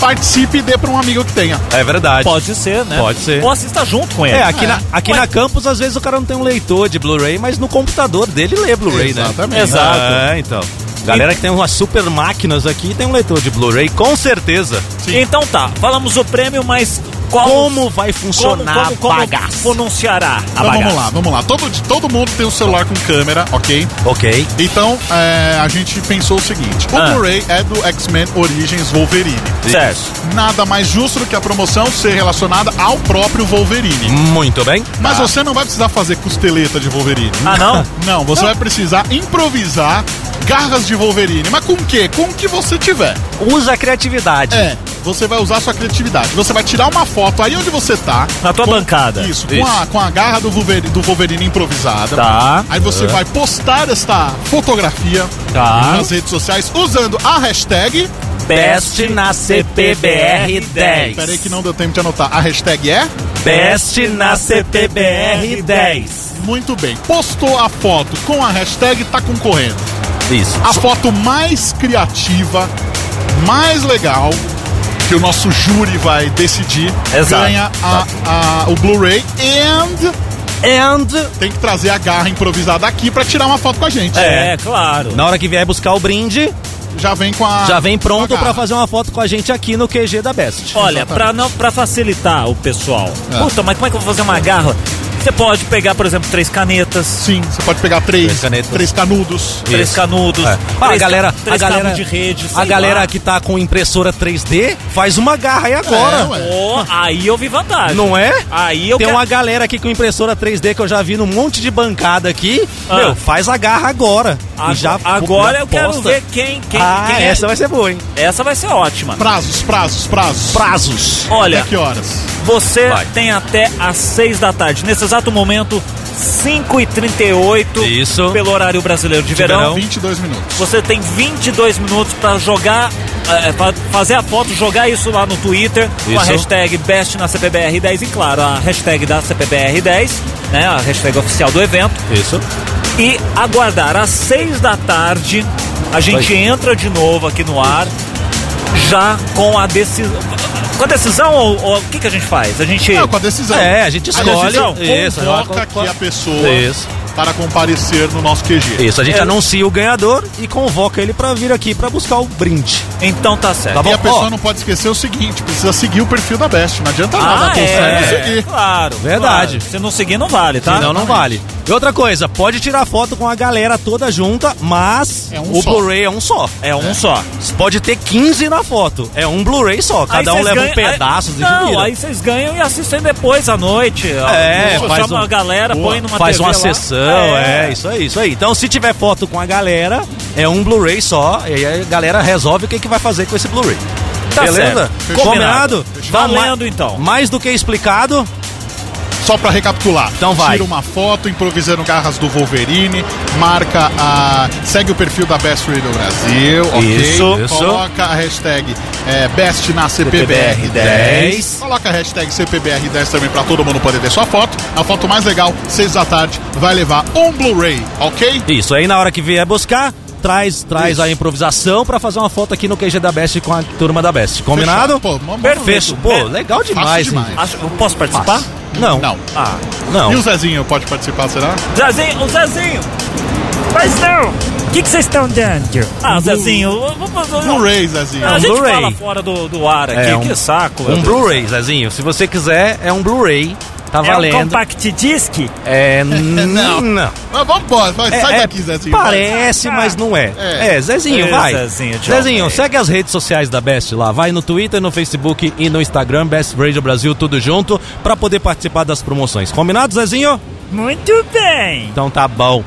participe e dê pra um amigo que tenha. É verdade. Pode ser, né? Pode ser. Ou assista junto com ele. É, aqui, na, aqui Ué. na campus, às vezes o cara não tem um leitor de Blu-ray, mas no computador dele lê Blu-ray, né? Exatamente. Exato. É, então. Galera que tem umas super máquinas aqui tem um leitor de Blu-ray, com certeza. Então tá, falamos o prêmio, mas qual, Como vai como, funcionar como, como a bagaça? pronunciará a Então bagaça? vamos lá, vamos lá. Todo, de- todo mundo tem um celular com câmera, ok? Ok. Então, é, a gente pensou o seguinte: o Ah. Blu-ray é do X-Men Origins Wolverine. Certo. Nada mais justo do que a promoção ser relacionada ao próprio Wolverine. Muito bem. Mas você não vai precisar fazer costeleta de Wolverine. Ah, não? Não, você vai precisar improvisar garras de Wolverine. Mas com o quê? Com o que você tiver. Usa a criatividade. É, você vai usar a sua criatividade. Você vai tirar uma foto aí onde você tá. Na tua bancada. Isso, com, A, com a garra do Wolverine, do Wolverine improvisada. Tá. Aí você vai postar esta fotografia Tá. nas redes sociais usando a hashtag. Best na CPBR 10. Peraí que não deu tempo de anotar. A hashtag é. Best na CPBR 10. Muito bem. Postou a foto com a hashtag, tá concorrendo. Isso. A foto mais criativa, mais legal, que o nosso júri vai decidir, Exato. ganha a, a- o Blu-ray and And tem que trazer a garra improvisada aqui pra tirar uma foto com a gente. É, claro. na hora que vier buscar o brinde, Já vem com Ah, a. já vem pronto com a pra garra. fazer uma foto com a gente aqui no QG da Best. Olha, pra, não, pra facilitar o pessoal. Puta, mas como é que eu vou fazer uma garra? Você pode pegar, por exemplo, três canetas, Sim, você pode pegar três, três, Três canetas. canudos. três Isso. canudos, É. Ah, a três, galera, ca- a três galera, cabos de rede. a sei galera lá. que tá com impressora 3D faz uma garra aí É, agora. ué. Ô, aí eu vi vantagem. Não é? Aí eu Tem quero... uma galera aqui com impressora 3D que eu já vi num monte de bancada aqui. Ah. Meu, faz a garra agora. Ag- e já agora já eu quero posta. ver quem, quem, ah, quem é. essa vai ser boa, hein? Essa vai ser ótima. Prazos, prazos, prazos. Prazos. Olha, Até que horas? Você Vai. tem até às 6 da tarde. Nesse exato momento, 5h38, Isso. pelo horário brasileiro de, verão. verão. 22 minutos. Você tem 22 minutos para jogar, eh, pra fazer a foto, jogar isso lá no Twitter, com a Isso. hashtag Best na CPBR10 e, claro, a hashtag da CPBR10, né, a hashtag oficial do evento. Isso. E aguardar às 6 da tarde, a gente entra de novo aqui no ar, já com a decisão. Com a decisão, ou ou o que, que a gente faz? A gente. Não, com a decisão. É, a gente escolhe. decisão, Isso, Convoca con- aqui a pessoa Isso. para comparecer no nosso QG. Isso, a gente anuncia o ganhador e convoca ele pra vir aqui pra buscar o brinde. Então tá certo. Tá bom? E a pessoa Ó, não pode esquecer o seguinte: precisa seguir o perfil da Best. Não adianta nada, Ah, consegue é, seguir. Claro. Verdade. claro. Se não seguir, não vale, tá? Senão não vale. E outra coisa, pode tirar foto com a galera toda junta, mas É um o só. Blu-ray é um só. É um só. Pode ter 15 na foto. É um Blu-ray só. Cada Aí um vocês leva um ganham- pedaço. aí, deixa eu Não, virar. aí vocês ganham e assistem depois à noite. É, Chama faz um- a galera, Boa. põe numa Faz TV uma lá. sessão, é. isso aí, isso aí. Então, se tiver foto com a galera, é um Blu-ray só, e aí a galera resolve o que, que vai fazer com esse Blu-ray. Tá Beleza? certo. Combinado? Tá ma- Valendo, então. Mais do que explicado, Só pra recapitular. Então vai. Tira uma foto improvisando garras do Wolverine, marca a. segue o perfil da Best Radio Brasil, ok? Isso, isso. Coloca a hashtag é, Best na CPBR10. Coloca a hashtag CPBR10 também pra todo mundo poder ver sua foto. A foto mais legal, seis da tarde, vai levar um Blu-ray, ok? isso aí na hora que vier É buscar, traz, traz a improvisação pra fazer uma foto aqui no QG da Best com a turma da Best. Combinado? Fechado? Pô, mó- mó- Perfeito. Pô, legal demais, hein? demais. Acho- eu posso participar? Não. Não. Ah. Não. E o Zezinho pode participar, será? Zezinho, o Zezinho! Mas não! O que que vocês estão dando? Ah, Uhum. Zezinho, eu vou fazer um- Um Blu-ray, Zezinho. A gente É Blu-ray. fala fora do, do ar aqui, É, um- que saco. Um meu Deus. Blu-ray, Zezinho. Se você quiser, é um Blu-ray. Tá É um valendo. compact disc? É, não. não. Mas vamos embora, vai, sai É, é, daqui, Zezinho. vai. Parece, mas não é. Assim, É. É, Zezinho, É, vai. Zezinho, tchau. Zezinho, segue as redes sociais da Best lá. Vai no Twitter, no Facebook e no Instagram, Best Radio Brasil, tudo junto, pra poder participar das promoções. Combinado, Zezinho? Muito bem! Então tá bom.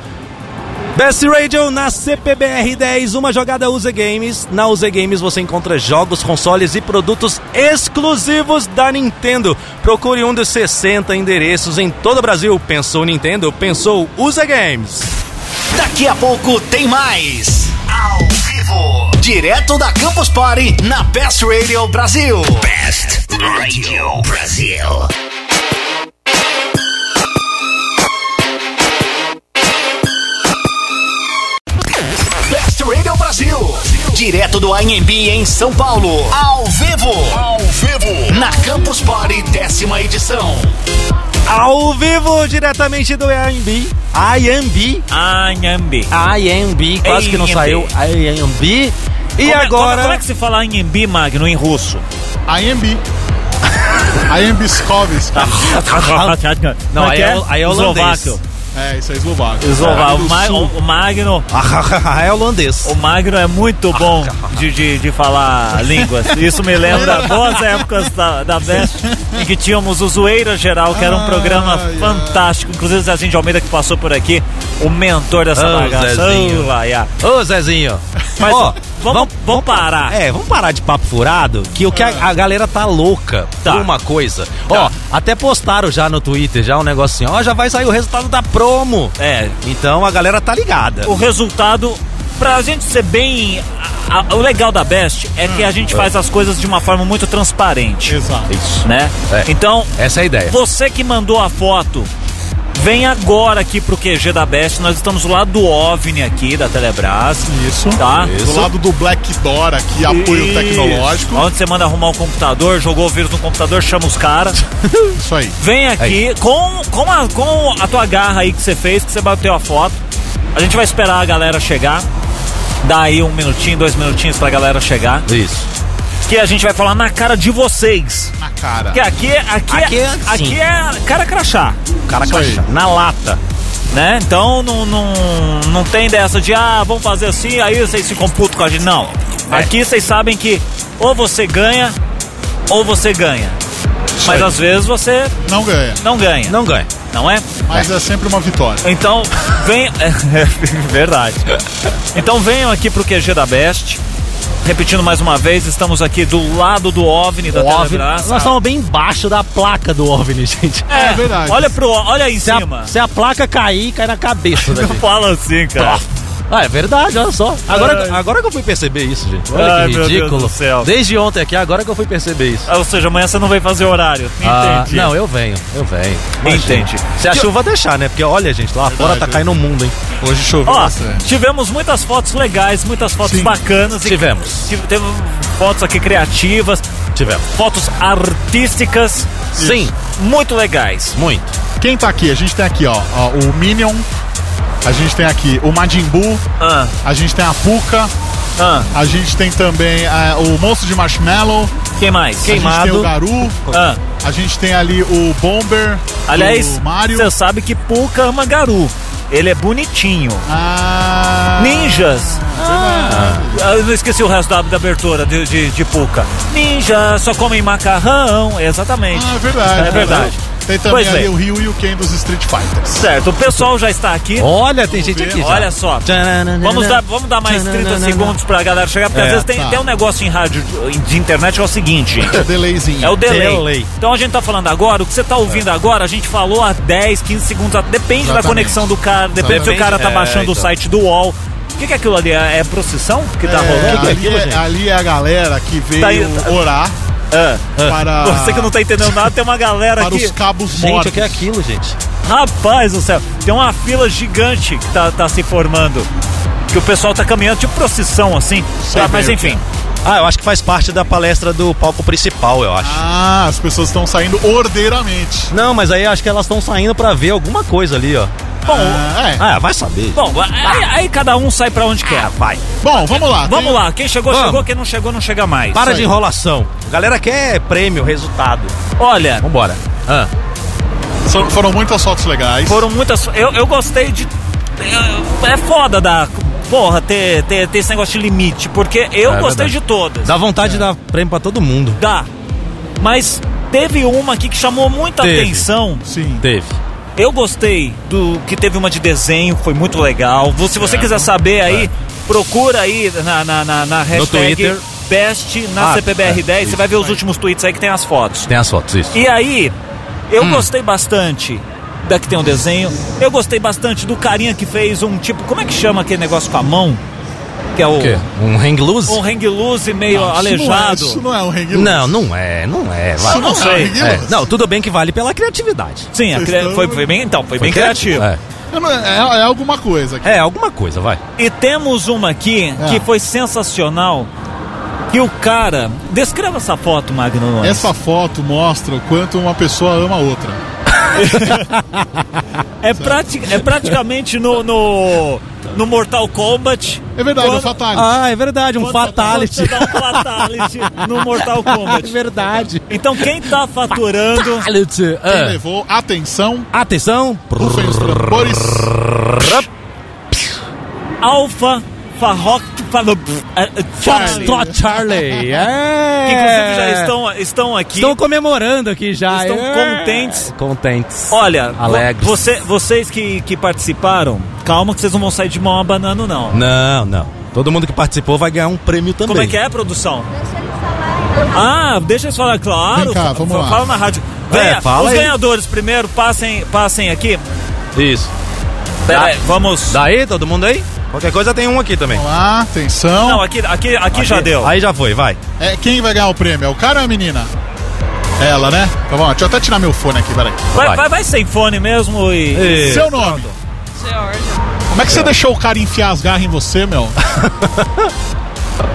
Best Radio na CPBR 10, uma jogada UZ Games. Na UZ Games você encontra jogos, consoles e produtos exclusivos da Nintendo. Procure um dos 60 endereços em todo o Brasil. Pensou Nintendo? Pensou UZ Games. Daqui a pouco tem mais. Ao vivo. Direto da Campus Party na Best Radio Brasil. Best Radio Brasil. Best Radio Brasil. Direto do AMB em São Paulo. Ao vivo. Ao vivo. Na Campus Party, décima edição. Ao vivo, diretamente do IMB. IMB. Anhambi. IMB, quase que não IMB. saiu. IMB. E Como é- agora. Como é que se fala Anhambi, Magno, em russo? IMB. IMB Skovski. Tá, Não, aí é, aí é holandês. Eslováquio. É, isso é eslovaco. Eslováquio. O, Do Ma- sul. o Magno, é holandês. Ah, o Magno é muito bom de, de, de falar línguas. Isso me lembra boas épocas da, da Best, em que tínhamos o Zoeira Geral, que era Ah, um programa Ai, ai. fantástico. Inclusive o Zezinho de Almeida que passou por aqui, o mentor dessa Ah, o bagaça. Zezinho. Oh, laia. Ô, Zezinho. Mas Ó, vamos, vamos parar. É, vamos parar de papo furado, que o que a, a galera tá louca Ah. Tá. por uma coisa. Ó, até postaram já no Twitter já um negocinho, ó, já vai sair o resultado da promo. É, Então a galera tá ligada. o resultado, pra gente ser bem. a- a- o legal da Best é que a gente faz as coisas de uma forma muito transparente, Hum. Exato. né? É. Então, Essa é a ideia. você que mandou a foto, vem agora aqui pro QG da Best. Nós estamos do lado do OVNI aqui, da Telebrás. Isso. Tá? Do lado do Black Door aqui, apoio Isso. tecnológico. Onde você manda arrumar um computador, jogou o vírus no computador, chama os caras. Isso aí. Vem aqui com, com, a, com a tua garra aí que você fez, que você bateu a foto. A gente vai esperar a galera chegar. Dá aí um minutinho, dois minutinhos pra galera chegar. Isso. Que a gente vai falar na cara de vocês. Na cara. Que aqui, aqui, Aqui é é, assim. aqui é cara crachá. Cara Isso aí. crachá. Na lata. Né? Então não, não, não tem dessa de, ah, vamos fazer assim, aí vocês se computam com a gente. Não. É. Aqui vocês sabem que ou você ganha, ou você ganha. Mas às vezes você Não ganha, não ganha Não ganha. não é? mas é sempre uma vitória. Então, vem. É verdade. Então venham aqui pro QG da Best. Repetindo mais uma vez, estamos aqui do lado do OVNI da OVNI. Telebrás. Nós estamos bem embaixo da placa do OVNI, gente. É, É verdade. Olha, pro, olha aí em Se cima. a, se a placa cair, cai na cabeça da Não gente. fala assim, cara. Ah, é verdade, olha só. Agora, Ai. agora que eu fui perceber isso, gente. Olha Ai, que meu Deus ridículo. do céu. Ah, Desde ontem aqui, agora que eu fui perceber isso. Ou seja, amanhã você não vai fazer horário. Entendi. Ah, não, eu venho, eu venho. Imagina. Entendi. Se a chuva deixar, né? Porque olha, gente, lá fora tá caindo o mundo, hein? Hoje choveu Ó, bastante. tivemos muitas fotos legais, muitas fotos bacanas. e Tivemos. tive- Teve fotos aqui criativas, Tivemos. fotos artísticas. Sim, Muito legais. muito. Quem tá aqui? A gente tem aqui, ó, ó, o Minion. A gente tem aqui o Majin Buu, Ah, a gente tem a Puka, ah, a gente tem também ah, o Monstro de Marshmallow, quem mais? a gente tem o Garu, Ah. a gente tem ali o Bomber, Aliás, o Mario. você sabe que Puka ama Garu. Ele é bonitinho. Ah, Ninjas. Ah, eu não esqueci o resto da, da abertura de, de, de Puka. Ninjas só comem macarrão. Exatamente. ah, é verdade. É verdade. Tem também Pois ali bem. o Ryu e o Ken dos Street Fighters. Certo, o pessoal já está aqui. Olha, tem gente aqui. já. Olha só. Vamos dar, vamos dar mais 30 segundos pra galera chegar, porque É, às vezes tem, tá. tem um negócio em rádio de internet que é o seguinte, gente. Delayzinho. É. É o delay. Delay. Então a gente tá falando agora, o que você tá ouvindo agora, a gente falou há 10, 15 segundos, atrás. depende da Exatamente. conexão do cara, depende se o Exatamente. cara tá É, baixando o então. site do UOL. O que, que é aquilo ali? É é procissão que tá rolando? ali, é, ali é a galera que veio Tá aí, tá- orar Ah. para, Você que não tá entendendo nada, tem uma galera para aqui. os cabos Gente, mortos. o que é aquilo, gente? Rapaz do céu, tem uma fila gigante que tá, tá se formando. Que o pessoal tá caminhando tipo procissão assim. Sei Tá, mas bem o que enfim. Ah, eu acho que faz parte da palestra do palco principal, eu acho. Ah, as pessoas estão saindo ordeiramente. Não, mas aí eu acho que elas estão saindo pra ver alguma coisa ali, ó. Bom, Ah, é. Ah, vai saber. bom É, aí, aí cada um sai pra onde quer. Vai. Bom, vamos lá. Vamos Tem- lá, quem chegou, Vamos. chegou, quem não chegou, não chega mais. Para Isso de aí. enrolação. A galera quer é prêmio, resultado. Olha, Vambora. Ah, So- Foram muitas fotos legais. Foram muitas. Eu, eu gostei de. eu- É foda da. Porra, ter, ter, ter esse negócio de limite. Porque eu É gostei verdade. É. de todas. dá vontade de dar prêmio pra todo mundo. Dá. Mas teve uma aqui que chamou muita Teve. atenção. Sim. Teve. Eu gostei do que teve uma de desenho, foi muito legal. Vo- Se É. você quiser saber aí, procura aí na, na, na, na hashtag É. Twitter. Best na Ah, CPBR10. é, você vai ver os últimos tweets aí que tem as fotos. Tem as fotos, isso. E aí, Hum. eu gostei bastante da que tem um desenho. Eu gostei bastante do carinha que fez um tipo. Como é que chama aquele negócio com a mão? Que é o. O quê? Um hang loose? Um hang loose meio Isso não é, isso aleijado. não é um hang Não, não é, não é. vai. Isso não, sei. é um hang É, loose. não, tudo bem que vale pela criatividade. Sim, a Vocês cria- estão- foi, foi bem. Então, foi, bem Foi criativo. Eu não- É, é alguma coisa. aqui. É. É, alguma coisa, vai. E temos uma aqui É. que foi sensacional. Que o cara. Descreva essa foto, Magno. Nunes. Essa foto mostra o quanto uma pessoa ama a outra. É, prati é praticamente no, no, no Mortal Kombat. É verdade, Quando- o Fatality. Ah, é verdade, um quando você- quando fatality. Você dá um fatality no Mortal É Kombat. verdade. Então quem tá faturando. Fatality. É. Quem Ah, levou, atenção, atenção. rufem os tambores. Alpha Farrock Falo- eh, eh, Charlie. Foxtrot é, Charlie. É. Que inclusive já estão, estão aqui. Estão comemorando aqui já. Estão É. contentes. Contentes. Olha, vo- Alegres. você- vocês que, que participaram, calma que vocês não vão sair de mão abanando, não. Não, não. Todo mundo que participou vai ganhar um prêmio também. Como é que é, produção? Ah, deixa eles falar, claro. Vem cá, Fa- vamos fa- lá. Fala na rádio. Venha, É, fala os aí. ganhadores primeiro, passem, passem aqui. Isso. Pera aí, vamos. Tá. Daí, todo mundo aí? Qualquer coisa tem um aqui também. Vamos lá, Ah, atenção. Não, aqui, aqui, aqui já deu. Aí já foi, vai. É, quem vai ganhar o prêmio? É o cara ou a menina? Ela, né? Tá bom, deixa eu até tirar meu fone aqui, peraí. Vai, vai. vai, vai sem fone mesmo e. Isso. Seu nome? Georgia. Como é que você deixou o cara enfiar as garras em você, meu? é.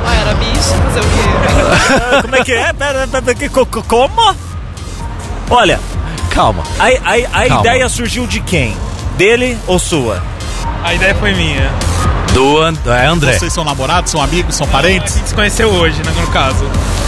Ah, era bicho, fazer o quê? Ah, Como é que é? Pera, pera, pera, que- co- co- como? Olha, Calma. a, a, a Calma. ideia surgiu de quem? Dele ou sua? A ideia é? foi minha. Do And- é, André. Vocês são namorados, são amigos, são parentes? A gente se conheceu hoje, né, no caso.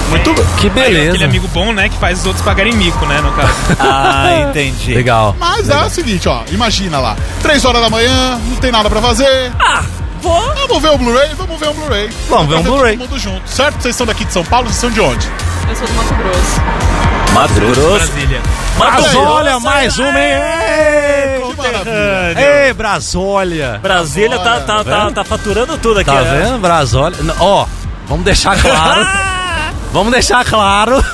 Muito bem. Que Aí, beleza. aquele amigo bom, né, que faz os outros pagarem mico, né, no caso. Ah, entendi. Legal. Mas é o seguinte, ó, imagina lá, três horas da manhã, não tem nada pra fazer. Ah, vou. Vamos ver o Blu-ray, vamos ver um Blu-ray. Vamos ver um Vai todo Blu-ray. mundo junto, certo? Vocês são daqui de São Paulo, vocês são de onde? Eu sou do Mato Grosso. Mato Grosso. Brasília. Mato Olha aí, Grosso. Olha, mais uma, É, hein? Que maravilha. Ei, Ei, Ei, Brasólia. Brasília tá, tá, tá, vendo? tá faturando tudo aqui. Tá né? vendo, Brasólia? N- Ó, vamos deixar claro. vamos deixar claro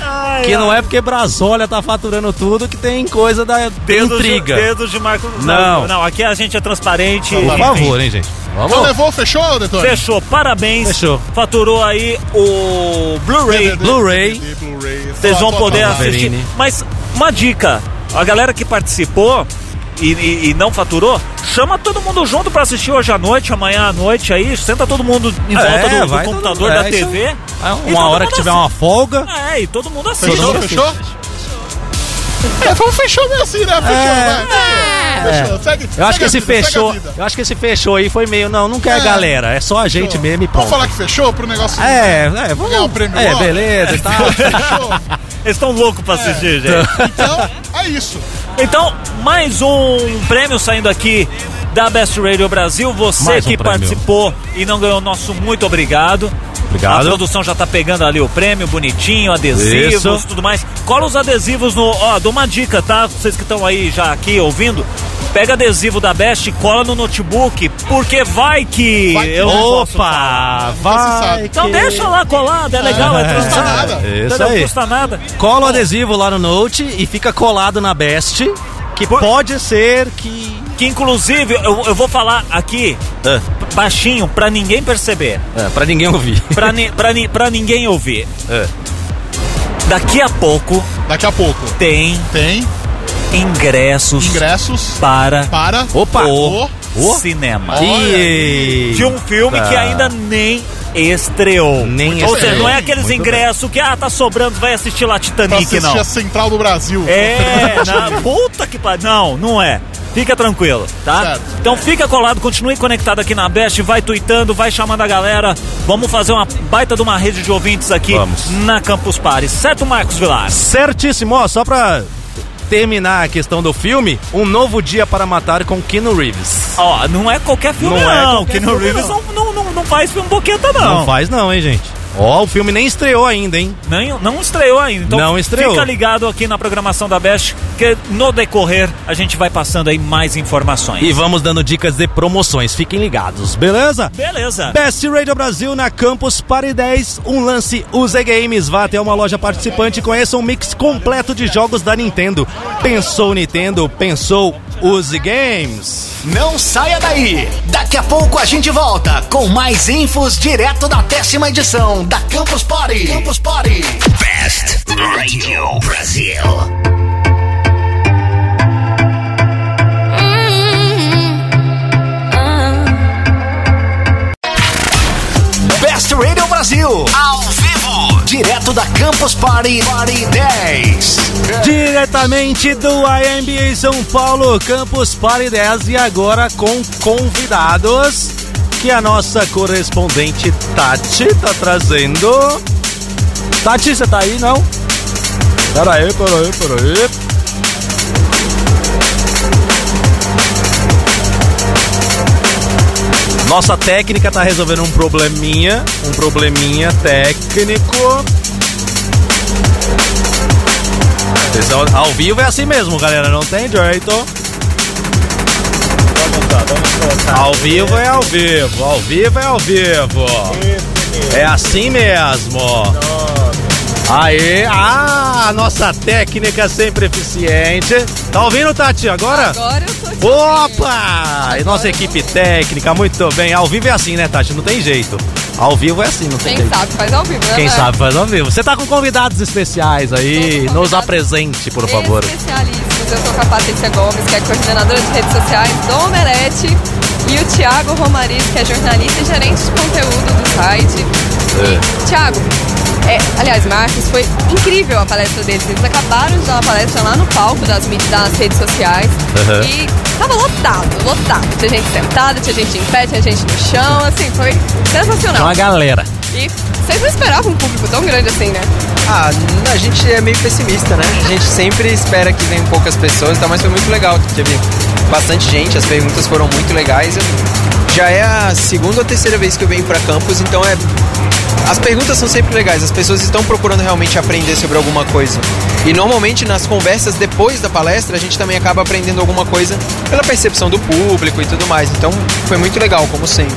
Ai, que ai. não é porque Brasólia tá faturando tudo que tem coisa da tem Dedos de- intriga. dedos de Marco Não. Não, aqui a gente é transparente. Por favor, hein, gente. Então Vamos. levou, fechou, Detone? Fechou, parabéns. Fechou. Faturou aí o Blu-ray. Blu-ray. DVD, Blu-ray. Vocês vão Só- só- poder só- assistir. Wolverine. Mas uma dica: a galera que participou e, e- e não faturou, chama todo mundo junto pra assistir hoje à noite, amanhã à noite aí. Senta todo mundo em volta É, do- do, vai todo computador, mundo, da é, isso TV. É e todo Uma hora mundo que tiver assiste. uma folga. É, e todo mundo assiste. Fechou, fechou? É, foi um fechou meio assim, né? Fechou, vai. Fechou, segue, É. Eu acho que esse segue a vida, segue a fechou. vida. Eu acho que esse fechou aí foi meio. Não, não quer É. galera. É só a gente mesmo e Vamos pronto. falar que fechou pro negócio... É, é, vamos. Ganhar o prêmio é, logo. beleza e tá? tal. Fechou. Eles estão loucos pra assistir, gente. Então, é isso. Então, mais um prêmio saindo aqui da Best Radio Brasil. Você Mais um que prêmio. participou e não ganhou o nosso, muito obrigado. Obrigado. A produção já tá pegando ali o prêmio, bonitinho, adesivos, Isso. tudo mais. Cola os adesivos no. Ó, dou uma dica, tá? Vocês que estão aí já aqui ouvindo. Pega adesivo da Best e cola no notebook, porque vai que Vai que- eu não posso falar. Opa, vai. Então deixa lá colado, é legal, é, não custa transparente. nada. Isso Então não aí. custa nada. Cola o adesivo lá no Note e fica colado na Best. Que Por- pode ser que. Ah. Que inclusive eu, eu vou falar aqui baixinho pra ninguém perceber, É, pra ninguém ouvir. pra, ni, pra, ni, pra ninguém ouvir. É. Daqui a pouco Daqui a pouco tem tem ingressos ingressos para para Opa. o... O- cinema. Olha. E... De um filme que ainda nem estreou. Nem Ou estreou. seja, não é aqueles Muito ingressos que, ah, tá sobrando, vai assistir lá Pra Titanic, assistir não. a Central do Brasil. É, na puta que pariu. Não, não é. Fica tranquilo, tá? Certo. Então fica colado, continue conectado aqui na Best, vai tweetando, vai chamando a galera. Vamos fazer uma baita de uma rede de ouvintes aqui Vamos. na Campus Party. Certo, Marcos Vilar? Certíssimo, ó, só pra terminar a questão do filme, um novo dia para matar com Keanu Reeves. Ó, não é qualquer filme, Não é não. qualquer que no filme, Reeves não. Não, não, não faz filme boqueta, não. Não. faz não, hein, gente. Ó, o filme nem estreou ainda, hein? Nem- não estreou ainda. Então Não estreou. Fica ligado aqui na programação da Best, que no decorrer a gente vai passando aí mais informações. E vamos dando dicas de promoções, fiquem ligados, beleza? Beleza. Best Radio Brasil na Campus Party 10, um lance UZ Games. Vá até uma loja participante e conheça um mix completo de jogos da Nintendo. Pensou Nintendo, pensou UZ Games. Não saia daí! Daqui a pouco a gente volta com mais infos direto da décima edição da Campus Party. Campus Party. Best Radio Brasil. É. Best Radio Brasil. Ao vivo. Direto da Campus Party, Party 10. Diretamente do IMBA em São Paulo, Campus Party 10 e agora com convidados que a nossa correspondente Tati tá trazendo. Tati, você tá aí, não? Peraí, peraí, peraí. Nossa técnica tá resolvendo um probleminha, um probleminha técnico. Vocês ao- Ao vivo é assim mesmo, galera, não tem jeito. Ao vivo é ao vivo, ao vivo é ao vivo. É assim mesmo. Aê, ah, nossa técnica é sempre eficiente. Tá ouvindo, Tati, agora? Agora eu tô te Opa! E nossa equipe técnica, muito bem. Ao vivo é assim, né, Tati? Não tem jeito. Ao vivo é assim, não tem Quem jeito. sabe faz ao vivo, né? Quem Léo? sabe faz ao vivo. Você tá com convidados especiais aí. Tô com Nos convidados apresente, por favor. Especialistas, eu tô com a Patrícia Gomes, que é coordenadora de redes sociais do Omelete, e o Thiago Romariz, que é jornalista e gerente de conteúdo do site. E, Thiago, é, aliás, Marcos, foi incrível a palestra deles. Eles acabaram de dar uma palestra lá no palco das, mídias- das redes sociais. Uhum. E tava lotado, lotado. Tinha gente sentada, tinha gente em pé, tinha gente no chão, assim, foi sensacional. Uma galera. E vocês não esperavam um público tão grande assim, né? Ah, a gente é meio pessimista, né? A gente sempre espera que venham poucas pessoas, tá? mas foi muito legal. Teve bastante gente, as perguntas foram muito legais. Eu- Já é a segunda ou terceira vez que eu venho pra campus, então é. As perguntas são sempre legais, as pessoas estão procurando realmente aprender sobre alguma coisa. E normalmente nas conversas depois da palestra a gente também acaba aprendendo alguma coisa pela percepção do público e tudo mais. Então foi muito legal, como sempre.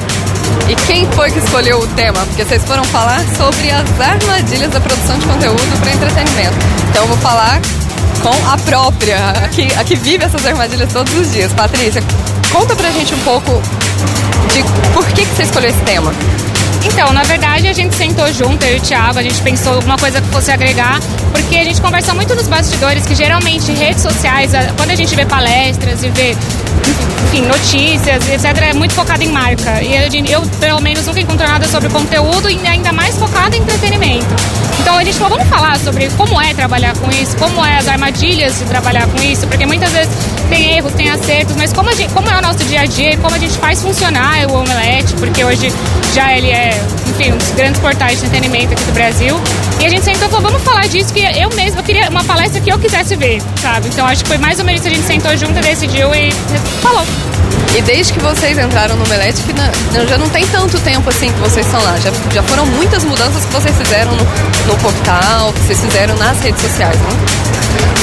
E quem foi que escolheu o tema? Porque vocês foram falar sobre as armadilhas da produção de conteúdo para entretenimento. Então eu vou falar com a própria, a que, a que vive essas armadilhas todos os dias. Patrícia, conta pra gente um pouco de por que, que você escolheu esse tema. Então, na verdade, a gente sentou junto, eu e o Thiago, a gente pensou alguma coisa que fosse agregar, porque a gente conversa muito nos bastidores, que geralmente redes sociais, a- quando a gente vê palestras e vê, enfim, notícias, etc., é muito focado em marca. E a gente- eu, pelo menos, nunca encontro nada sobre conteúdo e ainda mais focado em entretenimento. Então, a gente falou, vamos falar sobre como é trabalhar com isso, como é as armadilhas de trabalhar com isso, porque muitas vezes tem erros, tem acertos, mas como, a gente- como é o nosso dia a dia e como a gente faz funcionar o Omelete, porque hoje já ele é, enfim, um dos grandes portais de entretenimento aqui do Brasil. E a gente sentou e falou, vamos falar disso, que eu mesma queria uma palestra que eu quisesse ver, sabe? Então acho que foi mais ou menos isso, a gente sentou junto, decidiu e falou. E desde que vocês entraram no Melete, que na- não- já não tem tanto tempo assim que vocês estão lá. Já, já foram muitas mudanças que vocês fizeram no, no portal, que vocês fizeram nas redes sociais, né?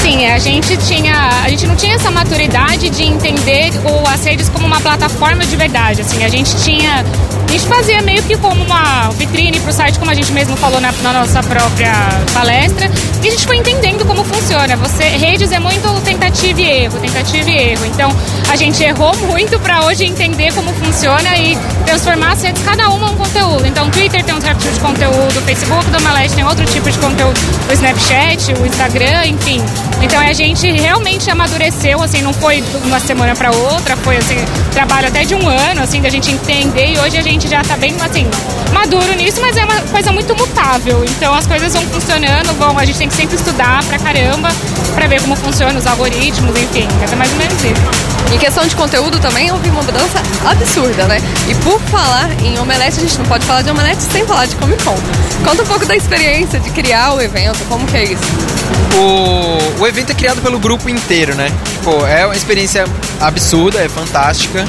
Sim, a gente tinha, a gente não tinha essa maturidade de entender o as redes como uma plataforma de verdade, assim, a gente tinha a gente fazia meio que como uma vitrine para o site, como a gente mesmo falou na, na nossa própria palestra, e a gente foi entendendo como funciona. Você, redes é muito tentativa e erro, tentativa e erro. Então, a gente errou muito para hoje entender como funciona e transformar as redes, cada uma um conteúdo. Então, o Twitter tem um certo tipo de conteúdo, o Facebook do Malete tem outro tipo de conteúdo, o Snapchat, o Instagram, enfim. Então a gente realmente amadureceu, assim, não foi de uma semana para outra, foi assim, trabalho até de um ano, assim, da gente entender e hoje a gente já tá bem, assim, maduro nisso, mas é uma coisa muito mutável. Então as coisas vão funcionando, vão, a gente tem que sempre estudar pra caramba, pra ver como funcionam os algoritmos, enfim, é mais ou menos isso. Em questão de conteúdo também houve uma mudança absurda, né? E por falar em omelete, a gente não pode falar de omelete sem falar de Comic Con. Conta um pouco da experiência de criar o evento, como que é isso? O, o evento é criado pelo grupo inteiro, né? Tipo, é uma experiência absurda, é fantástica.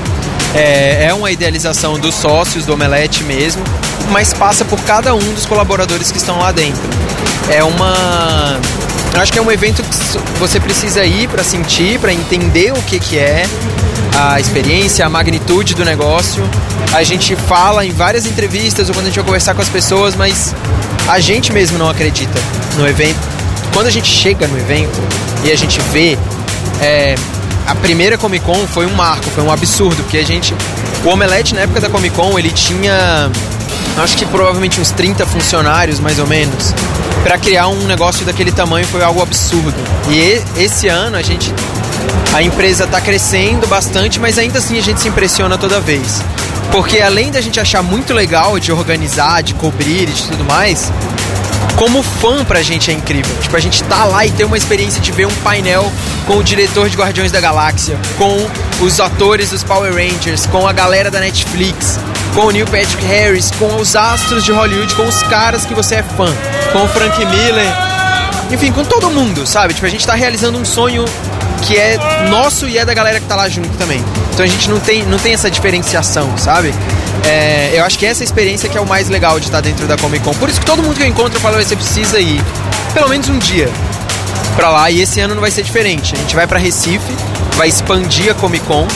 É, é uma idealização dos sócios do Omelete mesmo, mas passa por cada um dos colaboradores que estão lá dentro. É uma. Eu acho que é um evento que s- você precisa ir para sentir, para entender o que, que é a experiência, a magnitude do negócio. A gente fala em várias entrevistas ou quando a gente vai conversar com as pessoas, mas a gente mesmo não acredita no evento quando a gente chega no evento e a gente vê é, a primeira Comic Con foi um marco, foi um absurdo, porque a gente o Omelete na época da Comic Con ele tinha acho que provavelmente uns 30 funcionários mais ou menos para criar um negócio daquele tamanho foi algo absurdo. E e- esse ano a gente tá a empresa está crescendo bastante, mas ainda assim a gente se impressiona toda vez. Porque além da gente achar muito legal de organizar, de cobrir e de tudo mais, como fã pra gente é incrível. Tipo, a gente tá lá e tem uma experiência de ver um painel com o diretor de Guardiões da Galáxia, com os atores dos Power Rangers, com a galera da Netflix, com o Neil Patrick Harris, com os astros de Hollywood, com os caras que você é fã, com o Frank Miller. Enfim, com todo mundo, sabe? Tipo, a gente tá realizando um sonho que é nosso e é da galera que tá lá junto também. Então a gente não tem, não tem essa diferenciação, sabe? É, eu acho que essa experiência que é o mais legal de estar dentro da Comic Con. Por isso que todo mundo que eu encontro fala, "Ué, você precisa ir pelo menos um dia pra lá e esse ano não vai ser diferente. A gente vai pra Recife, vai expandir a Comic Con,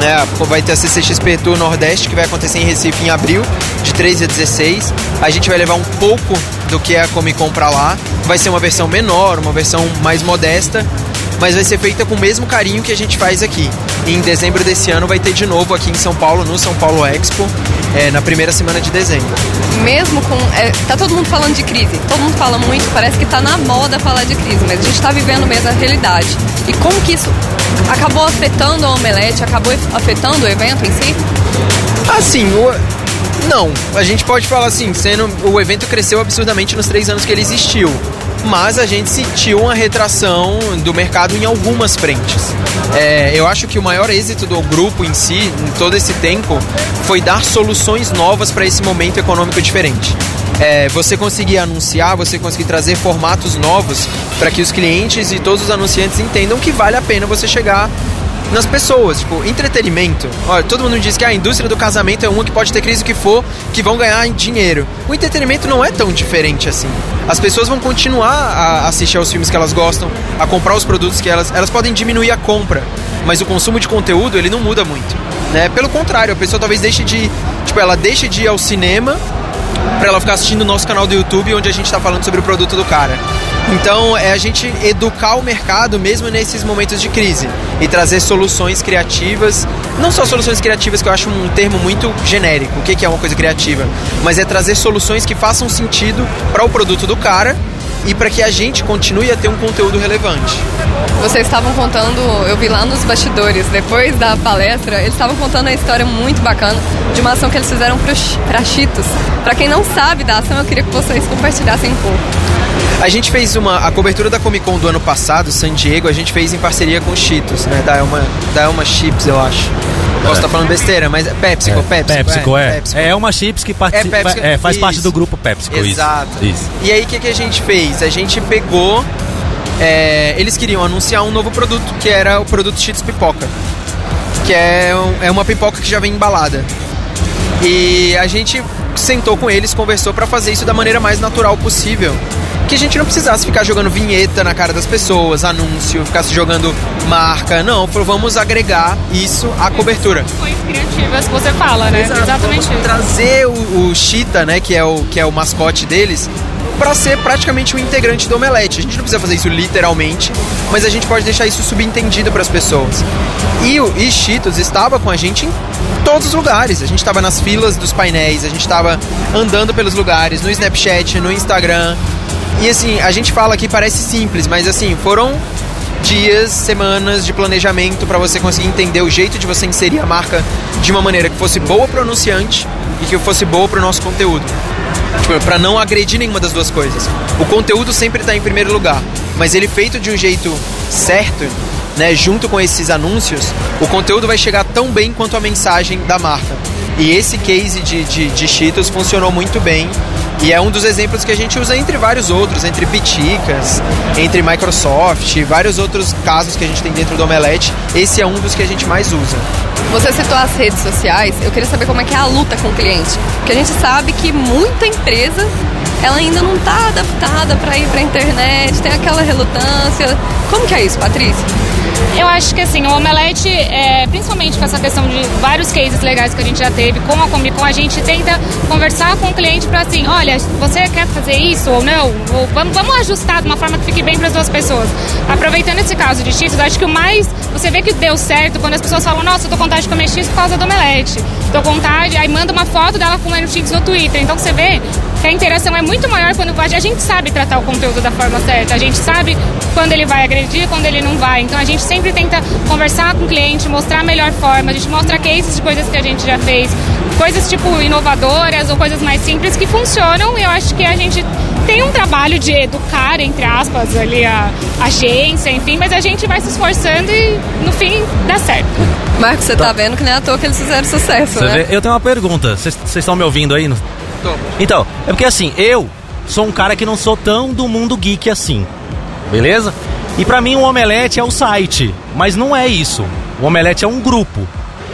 né? Vai ter a CCXP Tour Nordeste que vai acontecer em Recife em abril, de 13 a 16. A gente vai levar um pouco do que é a Comic Con pra lá. Vai ser uma versão menor, uma versão mais modesta, mas vai ser feita com o mesmo carinho que a gente faz aqui. E em dezembro desse ano vai ter de novo aqui em São Paulo, no São Paulo Expo, é, na primeira semana de dezembro. mesmo com. é, tá todo mundo falando de crise, todo mundo fala muito, parece que tá na moda falar de crise, mas a gente tá vivendo mesmo a realidade. E como que isso acabou afetando a omelete, acabou afetando o evento em si? Assim, o... não. A gente pode falar assim, sendo o evento cresceu absurdamente nos três anos que ele existiu. Mas a gente sentiu uma retração do mercado em algumas frentes. É, eu acho que o maior êxito do grupo em si, em todo esse tempo, foi dar soluções novas para esse momento econômico diferente. É, você conseguir anunciar, você conseguir trazer formatos novos para que os clientes e todos os anunciantes entendam que vale a pena você chegar nas pessoas, tipo, entretenimento. Olha, todo mundo diz que a indústria do casamento é uma que pode ter crise o que for, que vão ganhar dinheiro. O entretenimento não é tão diferente assim. As pessoas vão continuar a assistir aos filmes que elas gostam, a comprar os produtos que elas, elas podem diminuir a compra, mas o consumo de conteúdo ele não muda muito, né? Pelo contrário, a pessoa talvez deixe de, tipo, ela deixa de ir ao cinema para ela ficar assistindo o nosso canal do YouTube, onde a gente está falando sobre o produto do cara. Então, é a gente educar o mercado mesmo nesses momentos de crise e trazer soluções criativas, não só soluções criativas, que eu acho um termo muito genérico, o que que é uma coisa criativa, mas é trazer soluções que façam sentido para o produto do cara e para que a gente continue a ter um conteúdo relevante. Vocês estavam contando, eu vi lá nos bastidores, depois da palestra, eles estavam contando uma história muito bacana de uma ação que eles fizeram para Cheetos. Para quem não sabe da ação, eu queria que vocês compartilhassem um pouco. A gente fez uma a cobertura da Comic Con do ano passado, San Diego, a gente fez em parceria com Cheetos, né? Da Elma, da Elma Chips, eu acho. Posso estar falando besteira, mas é PepsiCo, PepsiCo. PepsiCo, é. PepsiCo. É uma chips que participa, É PepsiCo. é, faz parte Isso. do grupo PepsiCo. isso. Exato. Isso. E aí o que, que a gente fez? A gente pegou. é, eles queriam anunciar um novo produto, que era o produto Cheetos Pipoca. Que é, um- é uma pipoca que já vem embalada. E a gente sentou com eles, conversou pra fazer isso da maneira mais natural possível. Que a gente não precisasse ficar jogando vinheta na cara das pessoas, anúncio, ficasse jogando marca. Não, falou, vamos agregar isso à cobertura. Criativas que você fala, né? Exato, Exatamente isso. trazer o, o Cheetah, né, que é o, que é o mascote deles, pra ser praticamente um integrante do Omelete. A gente não precisa fazer isso literalmente, mas a gente pode deixar isso subentendido pras pessoas. E o e Cheetos estava com a gente em todos os lugares. A gente estava nas filas dos painéis, a gente estava andando pelos lugares, no Snapchat, no Instagram. E assim, a gente fala que parece simples, mas assim, foram dias, semanas de planejamento para você conseguir entender o jeito de você inserir a marca de uma maneira que fosse boa pro anunciante e que fosse boa pro nosso conteúdo. Tipo, para não agredir nenhuma das duas coisas. O conteúdo sempre tá em primeiro lugar, mas ele feito de um jeito certo, né, junto com esses anúncios, o conteúdo vai chegar tão bem quanto a mensagem da marca. E esse case de, de, de Cheetos funcionou muito bem e é um dos exemplos que a gente usa entre vários outros, entre Piticas, entre Microsoft, vários outros casos que a gente tem dentro do Omelete. Esse é um dos que a gente mais usa. Você citou as redes sociais, eu queria saber como é que é a luta com o cliente. Porque a gente sabe que muita empresa, ela ainda não está adaptada para ir para a internet, tem aquela relutância. Como que é isso, Patrícia? Eu acho que assim, o Omelete, é, principalmente com essa questão de vários cases legais que a gente já teve com a Comic Con, a gente tenta conversar com o cliente para assim, olha, você quer fazer isso ou não? Ou vamos, vamos ajustar de uma forma que fique bem para as duas pessoas. Aproveitando esse caso de Cheetos, acho que o mais, você vê que deu certo quando as pessoas falam, nossa, eu tô com vontade de comer Cheetos por causa do Omelete. Tô com vontade, aí manda uma foto dela comendo Cheetos no Twitter. Então você vê que a interação é muito maior quando a gente sabe tratar o conteúdo da forma certa, a gente sabe quando ele vai agredir, quando ele não vai. Então a gente sempre tenta conversar com o cliente, mostrar a melhor forma, a gente mostra cases de coisas que a gente já fez, coisas tipo inovadoras ou coisas mais simples que funcionam. E eu acho que a gente tem um trabalho de educar, entre aspas, ali a agência, enfim, mas a gente vai se esforçando e no fim dá certo. Marcos, você tá, vendo que nem à toa que eles fizeram sucesso, Você né? vê? Eu tenho uma pergunta. Vocês vocês estão me ouvindo aí? Então, é porque assim, eu sou um cara que não sou tão do mundo geek assim. Beleza? E pra mim o Omelete é um site, mas não é isso. O Omelete é um grupo.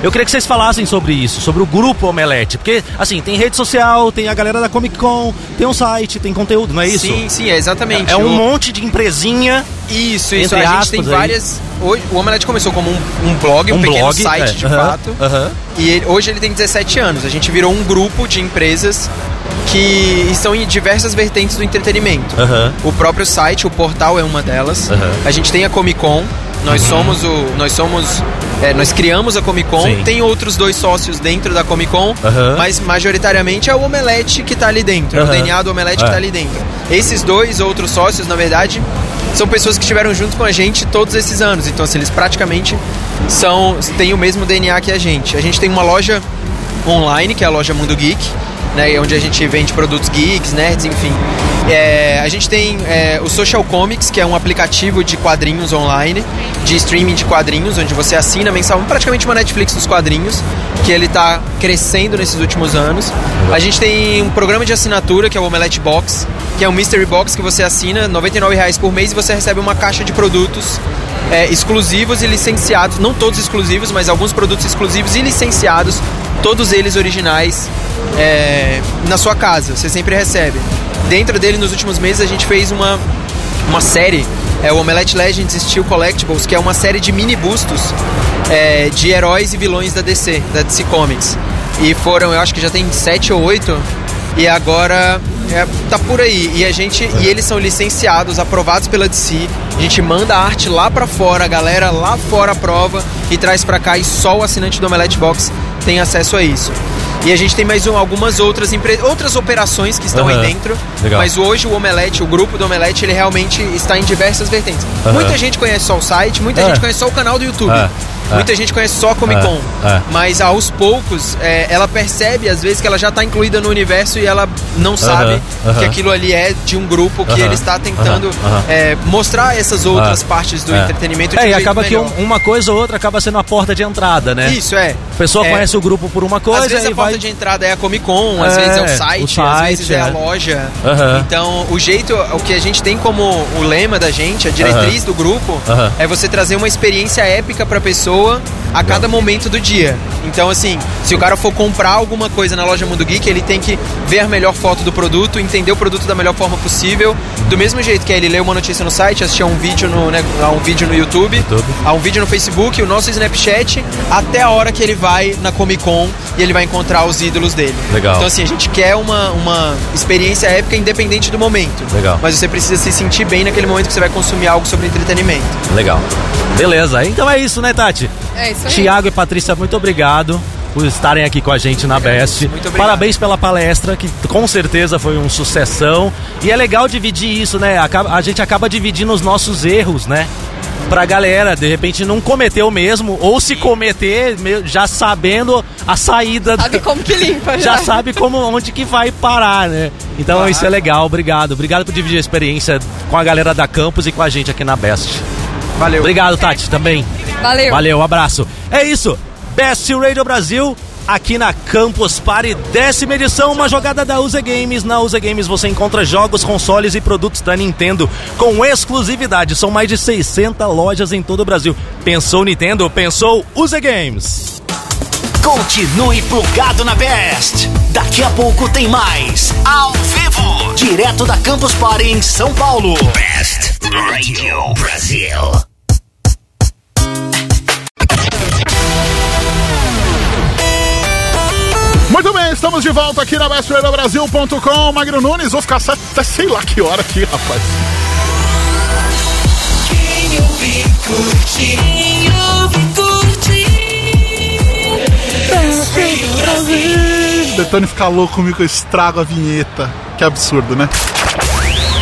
Eu queria que vocês falassem sobre isso, sobre o grupo Omelete, porque assim, tem rede social, tem a galera da Comic Con, tem um site, tem conteúdo, não é isso? Sim, sim, é exatamente. É, é um O- monte de empresinha. Isso, isso. entre a gente aspas, tem aí. várias. Hoje, o Omelete começou como um, um blog, um, Um pequeno blog, site é, de aham, fato. aham. E ele- hoje ele tem 17 anos. A gente virou um grupo de empresas que estão em diversas vertentes do entretenimento. Aham. O próprio site, o portal é uma delas. Aham. Uhum. A gente tem a Comic Con. Nós somos o. Nós somos. é, nós criamos a Comic Con. Sim. Tem outros dois sócios dentro da Comic Con, Aham. mas majoritariamente é o Omelete que tá ali dentro. É o Aham. DNA do Omelete que É. tá ali dentro. Esses dois outros sócios, na verdade, são pessoas que estiveram junto com a gente todos esses anos. Então, assim, eles praticamente são têm o mesmo DNA que a gente. A gente tem uma loja online, que é a loja Mundo Geek, né, onde a gente vende produtos geeks, nerds, enfim. É, a gente tem é, o Social Comics, que é um aplicativo de quadrinhos online, de streaming de quadrinhos, onde você assina mensal, um, praticamente uma Netflix dos quadrinhos, que ele está crescendo nesses últimos anos. A gente tem um programa de assinatura, que é o Omelette Box, que é um mystery box que você assina, R$ 99 reais por mês, e você recebe uma caixa de produtos é, exclusivos e licenciados, não todos exclusivos, mas alguns produtos exclusivos e licenciados, todos eles originais é, na sua casa. Você sempre recebe. Dentro dele, nos últimos meses, a gente fez uma, uma série, é o Omelette Legends Steel Collectibles, que é uma série de mini bustos é, de heróis e vilões da DC, da DC Comics. E foram, eu acho que já tem sete ou oito e agora é, tá por aí. E a gente e eles são licenciados, aprovados pela DC. A gente manda a arte lá pra fora, a galera lá fora aprova e traz pra cá e só o assinante do Omelette Box tem acesso a isso. E a gente tem mais um- algumas outras empresas, outras operações que estão aí Aham. dentro. Legal. Mas hoje o Omelete, o grupo do Omelete, ele realmente está em diversas vertentes. Aham. Muita gente conhece só o site, muita É. gente conhece só o canal do YouTube. É. É. Muita gente conhece só a Comic Con. É. É. Mas aos poucos, é, ela percebe às vezes que ela já está incluída no universo e ela não sabe aham. que aquilo ali é de um grupo que Aham, ele está tentando aham, aham. é, mostrar essas outras partes do É. entretenimento de É, um e jeito acaba que melhor. um- uma coisa ou outra acaba sendo a porta de entrada, né? Isso, é. A pessoa É. conhece o grupo por uma coisa Às vezes e a porta vai... de entrada é a Comic Con, às vezes é o É, site, o às vezes site, é, a é. loja. Aham. Então, o jeito, o que a gente tem como o lema da gente, a diretriz Aham. do grupo, Aham. é você trazer uma experiência épica pra pessoa a Tá. cada momento do dia. Então, assim, se o cara for comprar alguma coisa na loja Mundo Geek, ele tem que ver a melhor foto do produto, entender o produto da melhor forma possível. Do mesmo jeito que é ele lê uma notícia no site, assistir a um vídeo no, né, a um vídeo no YouTube, a um vídeo no Facebook, o nosso Snapchat, até a hora que ele vai na Comic Con e ele vai encontrar os ídolos dele. Legal. Então, assim, a gente quer uma, uma experiência épica independente do momento. Legal. Mas você precisa se sentir bem naquele momento que você vai consumir algo sobre entretenimento. Legal. Beleza, então é isso, né, Tati? É isso aí. Tiago e Patrícia, muito obrigado por estarem aqui com a gente na Best. Parabéns pela palestra, que com certeza foi um sucessão. E é legal dividir isso, né? Acaba- A gente acaba dividindo os nossos erros, né? Pra galera, de repente, não cometer o mesmo, ou se cometer, me- já sabendo a saída. Sabe como que limpa, já. já. sabe como, onde que vai parar, né? Então isso é legal, obrigado. Obrigado por dividir a experiência com a galera da Campus e com a gente aqui na Best. Valeu. Obrigado, Tati, também. Valeu. Valeu, um abraço. É isso. Best Radio Brasil aqui na Campus Party, décima edição, uma jogada da USA Games. Na USA Games você encontra jogos, consoles e produtos da Nintendo com exclusividade. São mais de 60 lojas em todo o Brasil. Pensou Nintendo? Pensou USA Games. Continue plugado na Best. Daqui a pouco tem mais. Ao vivo. Direto da Campus Party em São Paulo. Best Radio Brasil. Muito bem, estamos de volta aqui na BestRadioBrasil.com. Magno Nunes, vou ficar até até sei lá que hora aqui, rapaz. Quem ouve, curte. Quem ouve, curte. Best Radio Brasil. Betone fica louco comigo, eu estrago a vinheta. que absurdo, né?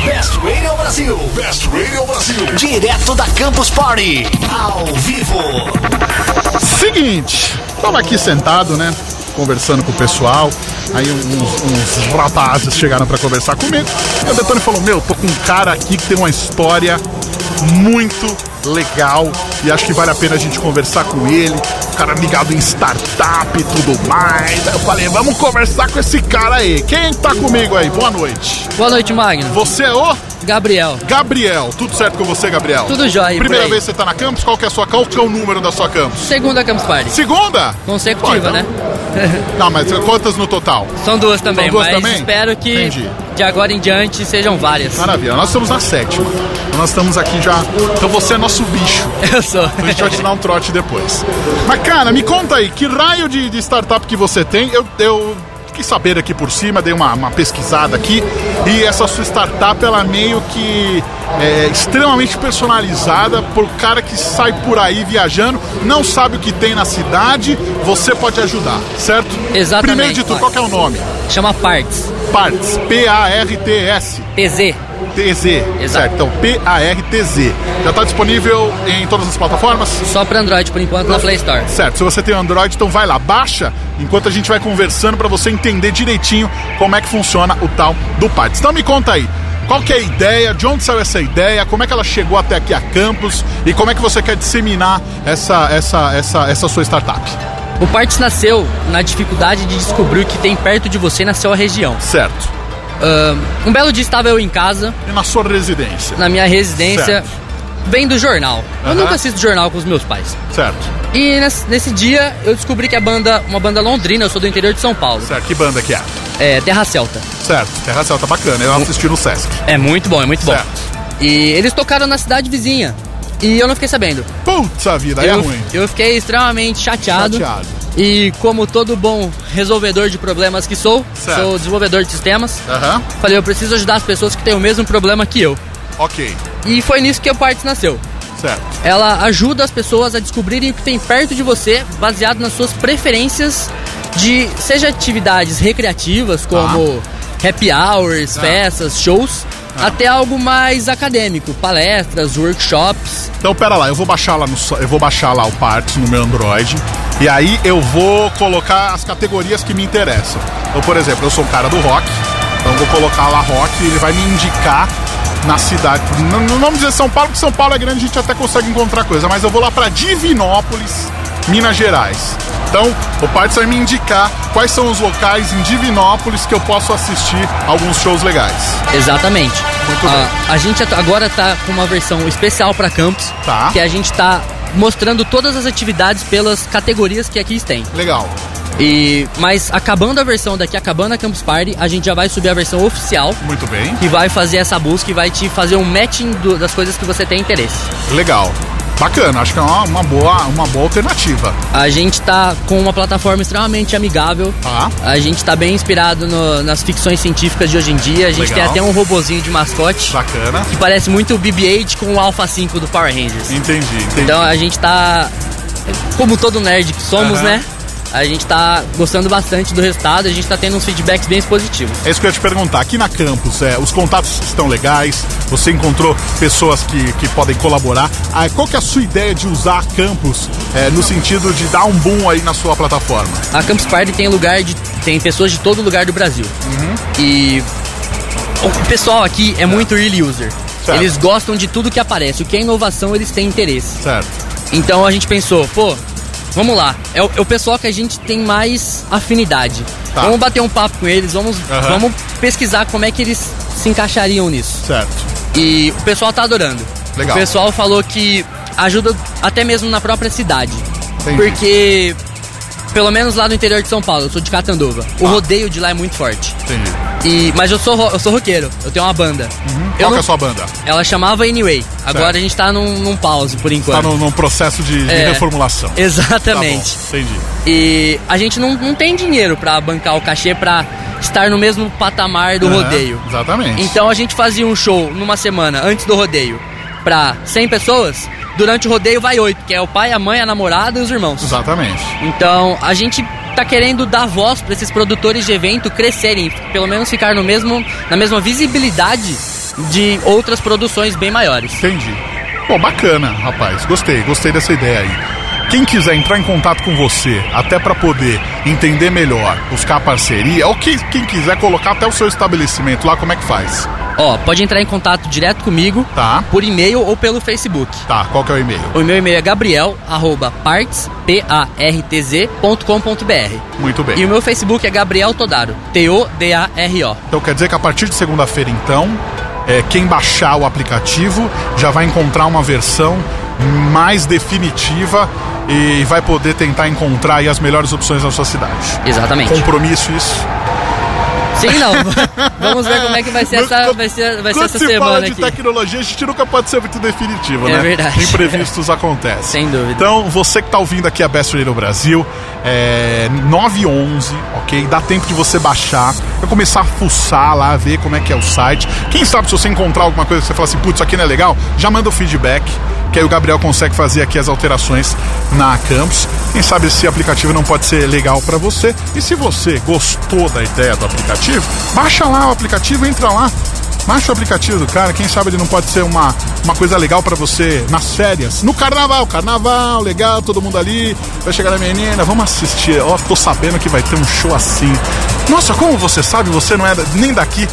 Best Radio Brasil. Best Radio Brasil. Direto da Campus Party. Ao vivo. Seguinte, estamos aqui sentado, né? Conversando com o pessoal. Aí uns, uns rapazes chegaram pra conversar comigo. E o Detone falou: Meu, tô com um cara aqui que tem uma história muito legal e acho que vale a pena a gente conversar com ele. O cara ligado em startup e tudo mais. Aí eu falei: Vamos conversar com esse cara aí. Quem tá comigo aí? Boa noite. Boa noite, Magno. Você é o? Gabriel. Gabriel, tudo certo com você, Gabriel? Tudo jóia, por Primeira aí. vez que você tá na campus? Qual que é a sua campus? Qual que é o número da sua campus? Segunda Campus Party. Segunda? então Consecutiva, né? Não, mas quantas no total? São duas também, São duas mas também? espero que de agora em diante sejam várias. Maravilha, nós estamos na sétima. Nós estamos aqui já. Então você é nosso bicho. Eu sou. a gente vai te dar um trote depois. Mas, cara, me conta aí, que raio de, de startup que você tem? Eu, eu fiquei saber aqui por cima, dei uma, uma pesquisada aqui. E essa sua startup, ela é meio que é, extremamente personalizada por cara que sai por aí viajando, não sabe o que tem na cidade, você pode ajudar, certo? Exatamente. Primeiro de tudo, qual que é o nome? Chama Parts. Parts. P-A-R-T-S. TZ. TZ. Exato. Certo, então P-A-R-T-Z. Já está disponível em todas as plataformas? Só para Android, por enquanto, na Play Store. Certo, se você tem Android, então vai lá, baixa, enquanto a gente vai conversando para você entender direitinho como é que funciona o tal do Parts. Então me conta aí, qual que é a ideia, de onde saiu essa ideia, como é que ela chegou até aqui a campus e como é que você quer disseminar essa, essa, essa, essa sua startup? O Parts nasceu na dificuldade de descobrir o que tem perto de você na sua região. Certo. um belo dia estava eu em casa. E na sua residência? Na minha residência. Certo. Vem do jornal. Eu Aham. nunca assisto jornal com os meus pais. Certo. E nes- nesse dia eu descobri que a banda, uma banda londrina, eu sou do interior de São Paulo. Certo, que banda que é? É, Terra Celta. Certo, Terra Celta, é bacana, eu assisti no Sesc. É muito bom, é muito bom. E eles tocaram na cidade vizinha. E eu não fiquei sabendo. Putz, a vida, aí é eu, ruim. Eu fiquei extremamente chateado. Chateado. E como todo bom resolvedor de problemas que sou, Certo. sou desenvolvedor de sistemas, Aham. falei, eu preciso ajudar as pessoas que têm o mesmo problema que eu. Ok. E foi nisso que a Parts nasceu. Certo. Ela ajuda as pessoas a descobrirem o que tem perto de você, baseado nas suas preferências de seja atividades recreativas como Ah. happy hours, festas, shows, até algo mais acadêmico, palestras, workshops. Então pera lá, eu vou baixar lá no so- eu vou baixar lá o Parts no meu Android e aí eu vou colocar as categorias que me interessam. Então, por exemplo, eu sou um cara do rock, então eu vou colocar lá rock e ele vai me indicar na cidade. Não, não vamos dizer São Paulo, porque São Paulo é grande, a gente até consegue encontrar coisa, mas eu vou lá pra Divinópolis, Minas Gerais. Então, o Parts vai me indicar quais são os locais em Divinópolis que eu posso assistir alguns shows legais. Exatamente. Ah, a, a gente at- agora tá com uma versão especial para campus, que a gente tá mostrando todas as atividades pelas categorias que aqui tem. Legal. E mas acabando a versão daqui, acabando a Campus Party, a gente já vai subir a versão oficial. Muito bem. Que vai fazer essa busca e vai te fazer um matching do- das coisas que você tem interesse. Legal. Bacana, acho que é uma, uma boa, uma boa alternativa. A gente tá com uma plataforma extremamente amigável. A gente tá bem inspirado no- nas ficções científicas de hoje em dia. A gente Legal. tem até um robozinho de mascote. Bacana. Que parece muito o BB-8 com o Alpha 5 do Power Rangers. Entendi, entendi. Então a gente tá. Como todo nerd que somos, Aham. né? A gente tá gostando bastante do resultado, a gente tá tendo uns feedbacks bem positivos. É isso que eu ia te perguntar. Aqui na Campus, é, os contatos estão legais? Você encontrou pessoas que, que podem colaborar? Ah, qual que é a sua ideia de usar a Campus é, no sentido de dar um boom aí na sua plataforma? A Campus Party tem lugar de. tem pessoas de todo lugar do Brasil. Uhum. E o pessoal aqui é muito early user. Certo. Eles gostam de tudo que aparece. O que é inovação, eles têm interesse. Certo. Então a gente pensou, pô, vamos lá. É o, é o pessoal que a gente tem mais afinidade. Tá. Vamos bater um papo com eles, vamos, Aham. vamos pesquisar como é que eles se encaixariam nisso. Certo. E o pessoal tá adorando. Legal. O pessoal falou que ajuda até mesmo na própria cidade. Porque, pelo menos lá no interior de São Paulo, eu sou de Catanduva. O Ah. rodeio de lá é muito forte. Entendi. E, mas eu sou, ro- eu sou roqueiro, eu tenho uma banda. Eu Qual não- que é a sua banda? Ela chamava Anyway. Agora a gente tá num, num pause por Está enquanto. Tá num, num processo de, de É. reformulação. Exatamente. Tá bom, entendi. E a gente não, não tem dinheiro pra bancar o cachê pra estar no mesmo patamar do Aham, rodeio. É, Exatamente. Então a gente fazia um show numa semana antes do rodeio pra 100 pessoas. Durante o rodeio vai 8, que é o pai, a mãe, a namorada e os irmãos. Exatamente. Então a gente tá querendo dar voz para esses produtores de evento crescerem, pelo menos ficar no mesmo, na mesma visibilidade de outras produções bem maiores. Entendi. Bom, bacana, rapaz. Gostei, gostei dessa ideia aí. Quem quiser entrar em contato com você, até para poder entender melhor, buscar parceria, ou quem, quem quiser colocar até o seu estabelecimento lá, como é que faz? Ó, pode entrar em contato direto comigo, tá. por e-mail ou pelo Facebook. Tá, qual que é o e-mail? O meu e-mail é gabriel@parts, p a r t z, ponto com, ponto br. Muito bem. E o meu Facebook é Gabriel Todaro, T O D A R O. Então quer dizer que a partir de segunda-feira, então, é, quem baixar o aplicativo já vai encontrar uma versão mais definitiva e vai poder tentar encontrar aí as melhores opções na sua cidade. Exatamente. Compromisso isso? Sim, não. Vamos ver como é que vai ser essa, vai ser, vai ser Quando essa se fala semana de aqui. tecnologia, a gente nunca pode ser muito definitivo, É né? verdade. Imprevistos acontecem. Sem dúvida. Então, você que tá ouvindo aqui a Best Radio Brasil, é 9 e 11, ok? Dá tempo de você baixar, vai começar a fuçar lá, ver como é que é o site. Quem sabe se você encontrar alguma coisa que você fala assim, putz, isso aqui não é legal, já manda o feedback, que aí o Gabriel consegue fazer aqui as alterações na Campus. Quem sabe esse aplicativo não pode ser legal para você. E se você gostou da ideia do aplicativo, baixa lá o aplicativo, entra lá, Baixa o aplicativo do cara, quem sabe ele não pode ser uma, uma coisa legal pra você nas férias. No carnaval, carnaval, legal, todo mundo ali. Vai chegar a menina, vamos assistir. Ó, tô sabendo que vai ter um show assim. Nossa, como você sabe? Você não é da- nem daqui.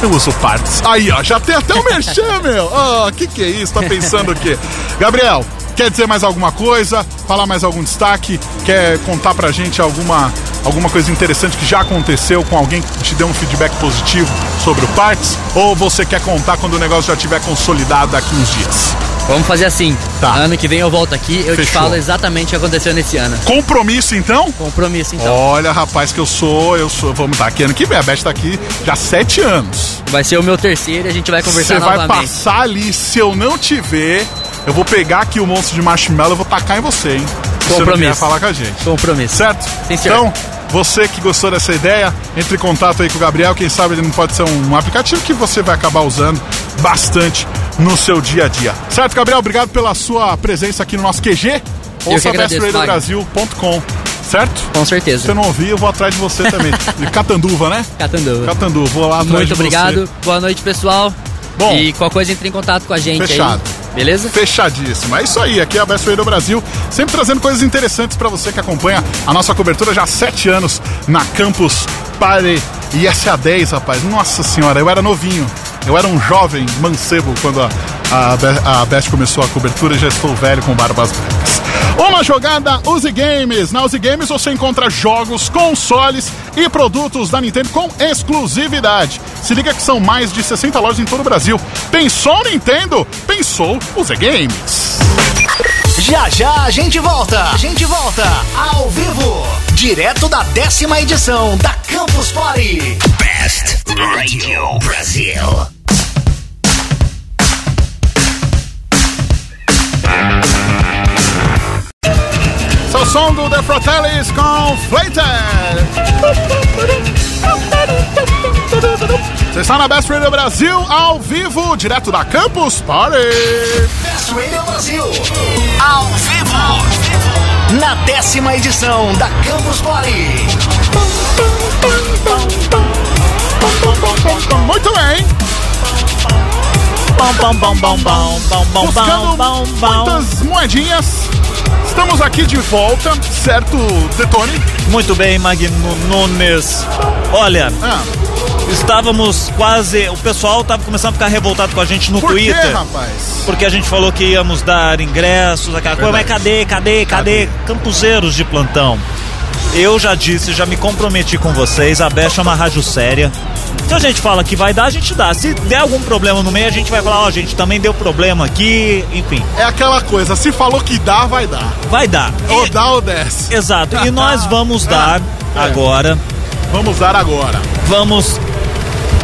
Eu uso partes. Aí, ó, já tem até o merchan, meu. Ó, que que é isso? Tá pensando o quê? Gabriel, quer dizer mais alguma coisa? Falar mais algum destaque? Quer contar pra gente alguma, alguma coisa interessante que já aconteceu com alguém que te deu um feedback positivo sobre o Parts? Ou você quer contar quando o negócio já tiver consolidado daqui uns dias? Vamos fazer assim. Ano que vem eu volto aqui, eu te Tá. Fechou. falo exatamente o que aconteceu nesse ano. Compromisso então? Compromisso então. Olha, rapaz, que eu sou, eu sou. Vamos estar aqui ano que vem. A Beth tá aqui já há sete anos. Vai ser é o meu terceiro e a gente vai conversar Você vai novamente. passar ali, se eu não te ver, eu vou pegar aqui o monstro de marshmallow e vou tacar em você, hein? Se você não Compromisso. vier falar com a gente. Compromisso. Certo? Sim, senhor. então, você que gostou dessa ideia, entre em contato aí com o Gabriel. Quem sabe ele não pode ser um aplicativo que você vai acabar usando bastante no seu dia a dia. Certo, Gabriel? Obrigado pela sua presença aqui no nosso QG. Eu que agradeço, Magno. Brasil.com, certo? Com certeza. Se eu não ouvir, eu vou atrás de você também. De Catanduva, né? Catanduva. Catanduva, vou lá atrás Muito de você. obrigado. Boa noite, pessoal. Bom. E qualquer coisa entre em contato com a gente Fechado. aí. Beleza? Fechadíssimo. É isso aí. Aqui é a Best Radio Brasil, sempre trazendo coisas interessantes para você que acompanha a nossa cobertura já há sete anos na Campus Party ISA 10, rapaz. Nossa senhora, eu era novinho. Eu era um jovem mancebo quando a, a, Be- a Best começou a cobertura e já estou velho com barbas brancas. Uma jogada Uzi Games. Na Uzi Games você encontra jogos, consoles e produtos da Nintendo com exclusividade. Se liga que são mais de 60 lojas em todo o Brasil. Pensou Nintendo? Pensou Uzi Games. Já já a gente volta. A gente volta ao vivo, direto da décima edição da Campus Party. Best Radio Brasil. Esse é o som do The Fratellis com Flater. Você está na Best Radio Brasil ao vivo, direto da Campus Party. Best Radio Brasil. Ao vivo. Na décima edição da Campus Party. Muito bem. Bom, bom, bom, bom, bom, bom, bom, Buscando bom, bom, bom. muitas moedinhas. Estamos aqui de volta, certo, Detone? Muito bem, Magno Nunes. Olha, Ah. estávamos quase. O pessoal estava começando a ficar revoltado com a gente no Por quê, Twitter. rapaz? Porque a gente falou que íamos dar ingressos, aquela coisa, mas cadê, cadê, cadê? Campuseiros de plantão. Eu já disse, já me comprometi com vocês, a Beth é uma rádio séria. Se a gente fala que vai dar, a gente dá. Se der algum problema no meio, a gente vai falar, ó, gente, também deu problema aqui, enfim. É aquela coisa, se falou que dá, vai dar. Vai dar. Ou dá ou desce. É. Exato. E nós vamos dar agora. Vamos dar agora. Vamos.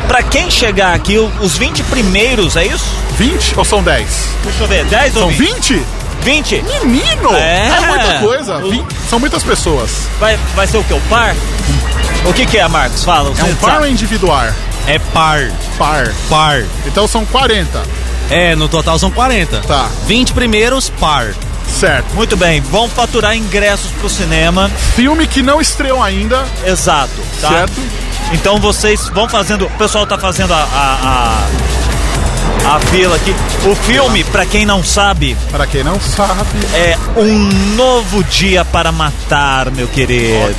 Pra quem chegar aqui, o- os 20 primeiros, é isso? 20 ou são 10? Deixa eu ver, 10 ou São 20? 20? 20? Menino! É. É muita coisa. Vin- São muitas pessoas. Vai, vai ser o quê? O par? O que, que é, Marcos? Fala. É um par ou sabe. é individual? É par. Par. Par. Então são 40. É, no total são 40. Tá. 20 primeiros, par. Certo. Muito bem, vão faturar ingressos pro cinema. Filme que não estreou ainda. Exato. tá? Certo. Então vocês vão fazendo. O pessoal tá fazendo a. a, a... a fila aqui. O filme, pra quem não sabe. Pra quem não sabe. É Um Novo Dia para Matar, meu querido.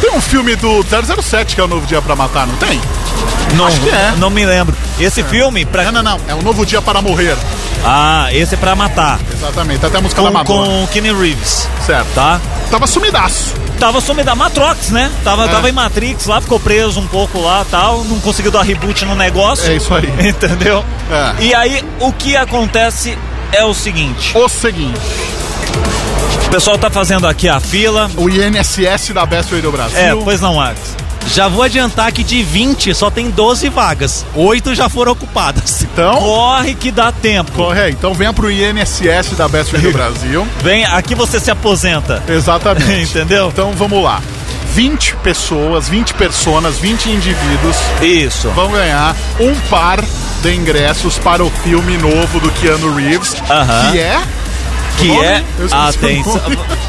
Tem um filme do 007 que é o Novo Dia pra Matar, não tem? Não, Acho que é. não me lembro. Esse filme. Pra... Não, não, não. É um novo dia para morrer. Ah, esse é pra matar. Exatamente. Até a música com, da Madonna. Com o Kenny Reeves. Certo. Tá? Tava sumidaço. Tava sumidaço. Matrox, né? Tava, É. tava em Matrix lá, ficou preso um pouco lá tal. Não conseguiu dar reboot no negócio. É isso aí. É. Entendeu? E aí, o que acontece é o seguinte. O seguinte. O pessoal tá fazendo aqui a fila. O INSS da Best Radio Brasil. É, pois não, Alex. Já vou adiantar que de 20 só tem 12 vagas. 8 já foram ocupadas. Então. Corre que dá tempo. Corre, então venha pro INSS da Best Radio Brasil. Vem, aqui você se aposenta. Exatamente. Entendeu? Então vamos lá. 20 pessoas, 20 personas, 20 indivíduos. Isso. Vão ganhar um par de ingressos para o filme novo do Keanu Reeves, Aham. que é Que O nome? é. Eu esqueci o Atenção.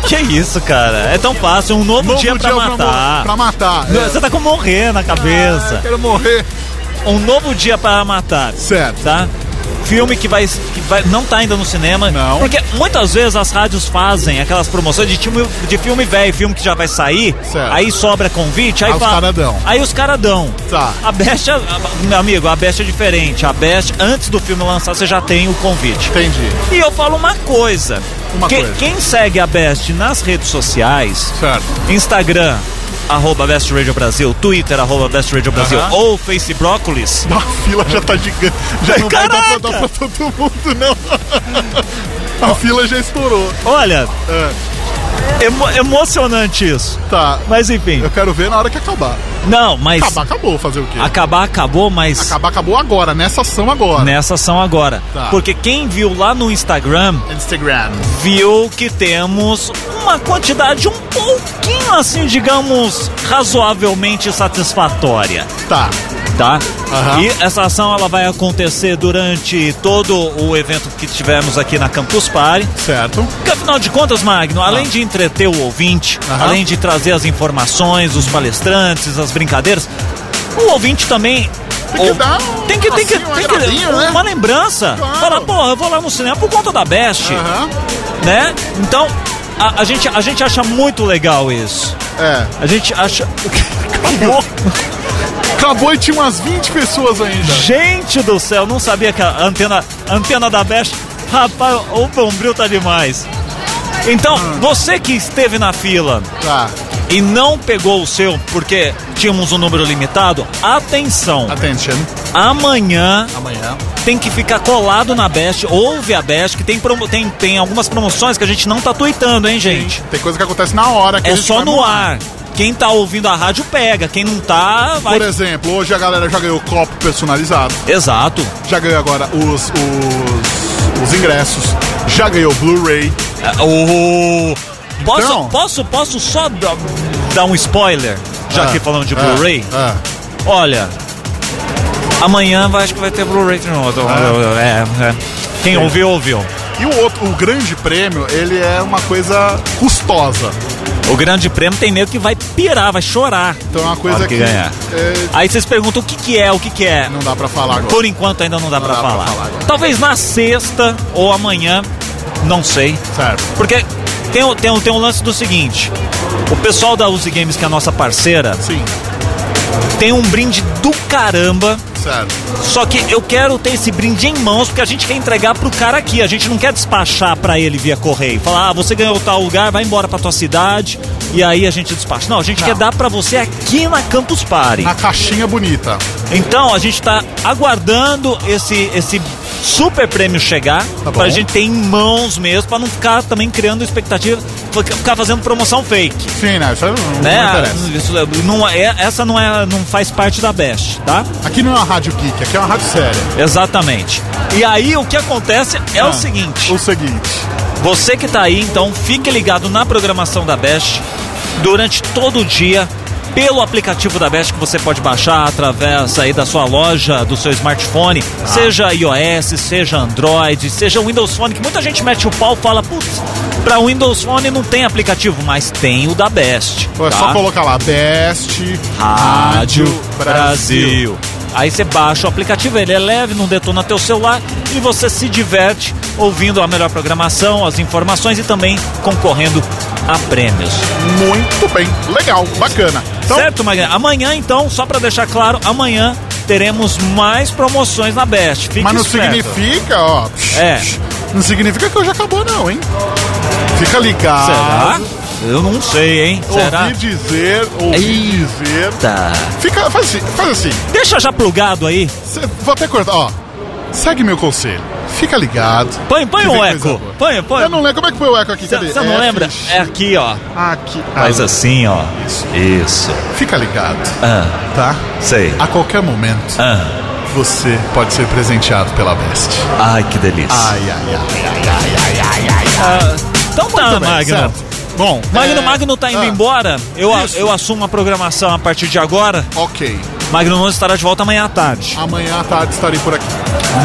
Que isso, cara? É tão fácil. Um novo, Novo dia, pra Dia Pra matar. Mo- Pra Matar, Não, é. Ah, Você tá com morrer na cabeça. quero morrer. Um novo dia para matar. Certo. Tá? Filme que vai, que vai. Não tá ainda no cinema. Não. Porque muitas vezes as rádios fazem aquelas promoções de, time, de filme velho, filme que já vai sair. Certo. Aí sobra convite. Aí Aí os fala- cara dão. Aí os caras dão. Tá. A Best, é- meu amigo, a Best é diferente. A Best, antes do filme lançar, você já tem o convite. Entendi. E eu falo uma coisa. Uma Que- coisa. Quem segue a Best nas redes sociais, Certo. Instagram, arroba Best Radio Brasil, Twitter, arroba Best Radio Brasil, Aham. ou Face Brócolis. A fila já tá gigante. Já não vai dar pra dar pra todo mundo, não. A fila já estourou. É. Olha. emo- emocionante isso. Tá. Mas enfim. Eu quero ver na hora que acabar. Não, mas. Acabar acabou, fazer o quê? Acabar acabou, mas. Acabar acabou agora, nessa ação agora. Nessa ação agora. Tá. Porque quem viu lá no Instagram Instagram. viu que temos uma quantidade um pouquinho assim, digamos, razoavelmente satisfatória. Tá. Tá? E essa ação ela vai acontecer durante todo o evento que tivemos aqui na Campus Party. Certo. Tá. Porque afinal de contas, Magno, além de entreter o ouvinte, Aham. além de trazer as informações, os palestrantes, as brincadeiras, o ouvinte também. Tem que ou- dar tem que, tem que, um tem que agradinho, né? uma lembrança. Claro. Fala, porra, eu vou lá no cinema por conta da Best. Aham. Né? Então, a, a gente, a gente acha muito legal isso. É. A gente acha. Acabou. Acabou e tinha umas 20 pessoas ainda. Gente do céu, não sabia que a antena, antena da Best. Rapaz, o Bombril tá demais. Então, Ah. você que esteve na fila Tá. e não pegou o seu porque tínhamos um número limitado, atenção. Attention. Amanhã Amanhã. tem que ficar colado na Best, ouve a Best, que tem, promo- tem, tem algumas promoções que a gente não tá tweetando, hein, gente? Tem coisa que acontece na hora. Que a É gente só vai no mandar. ar. Quem tá ouvindo a rádio pega, quem não tá, vai. Por exemplo, hoje a galera já ganhou copo personalizado. Exato. Já ganhou agora os, os, os ingressos. Já ganhou Blu-ray. É, O. Posso, Então- posso, posso só dar, dar um spoiler, já Ah, que falando de ah, Blu-ray? ah. Olha, amanhã vai- acho que vai ter Blu-ray de novo. Ah. É, é. Quem ouviu, ouviu. E o outro, o grande prêmio, ele é uma coisa custosa. O grande prêmio tem medo que vai pirar, vai chorar. Então é uma coisa Claro que que. ganhar. é, Aí vocês perguntam o que, que é, o que, que é. não dá pra falar agora. Por enquanto ainda não dá, pra, dá pra falar. falar Talvez na sexta ou amanhã, não sei. Certo. Porque tem, o- tem, o- tem um lance do seguinte: o pessoal da Uzi Games, que é a nossa parceira, Sim. tem um brinde do caramba. Certo. Só que eu quero ter esse brinde em mãos, porque a gente quer entregar pro cara aqui. A gente não quer despachar pra ele via correio. Falar, ah, você ganhou tal lugar, vai embora pra tua cidade. E aí a gente despacha. Não, a gente quer dar pra você aqui na Campus Party. Na caixinha bonita. Então a gente tá aguardando esse, esse super prêmio chegar Tá pra gente ter em mãos mesmo, pra não ficar também criando expectativa, fica- ficar fazendo promoção fake. Sim, né? Isso aí não, né? não interessa. Isso não é, essa não é, não faz parte da Best, tá? Aqui não é uma rádio geek, aqui é uma rádio séria. Exatamente. E aí o que acontece é Ah, o seguinte: O seguinte. você que tá aí, então fique ligado na programação da Best durante todo o dia pelo aplicativo da Best que você pode baixar através aí da sua loja, do seu smartphone, Ah. seja iOS, seja Android, seja Windows Phone, que muita gente mete o pau e fala, putz, Para Windows Phone não tem aplicativo, mas tem o da Best. Então é só tá? colocar lá, Best Rádio Brasil. Aí você baixa o aplicativo, ele é leve, não detona teu celular e você se diverte ouvindo a melhor programação, as informações e também concorrendo a prêmios. Muito bem, legal, bacana. certo, Magna? Amanhã, então, só para deixar claro, amanhã teremos mais promoções na Best. Fique Mas não esperto. significa, ó. É. Não significa que hoje acabou, não, hein? Fica ligado. Será? Eu não sei, hein? Ouvi Será? dizer, ouvi dizer. Tá. Fica, faz assim, faz assim. Deixa já plugado aí. vou até cortar, ó. Segue meu conselho. Fica ligado. Põe, põe que um vem eco. coisa boa. Põe, põe. Eu não lembro. Como é que põe o eco aqui? Cê- Cadê? cê não F- lembra? É aqui, ó. Aqui. Ah, Faz assim, ó. Isso. Fica ligado. Ah, Tá? sei. Ah. A qualquer momento, você pode ser presenteado pela Best. Ai, que delícia. Ai, ai, ai, ai, ai, ai, ai, ai. Ah, então tá, Muito bem, Magno. certo. Bom, Magno, é, Magno tá indo ah, embora. Eu, a- isso. eu assumo a programação a partir de agora. Ok. Magno não estará de volta amanhã à tarde. Amanhã à tarde estarei por aqui.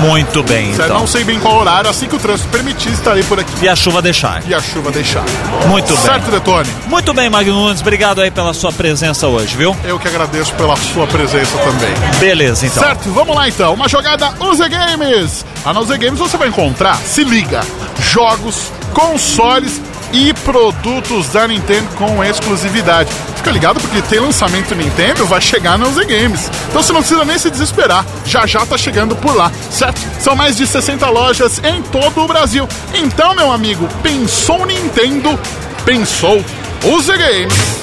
Muito bem, Certo? então. Não sei bem qual horário, assim que o trânsito permitir, estarei por aqui. E a chuva deixar. E a chuva deixar. Muito bem. Certo, Detone? Muito bem, Magno Nunes. Obrigado aí pela sua presença hoje, viu? Eu que agradeço pela sua presença também. Beleza, então. Certo, vamos lá então. Uma jogada UZ Games. Ah, na UZ Games você vai encontrar, se liga, jogos, consoles e produtos da Nintendo com exclusividade. Fica ligado porque tem lançamento Nintendo, vai chegar na UZ Games. Então você não precisa nem se desesperar, já já tá chegando por lá, certo? São mais de 60 lojas em todo o Brasil. Então, meu amigo, pensou Nintendo, pensou UZ Games.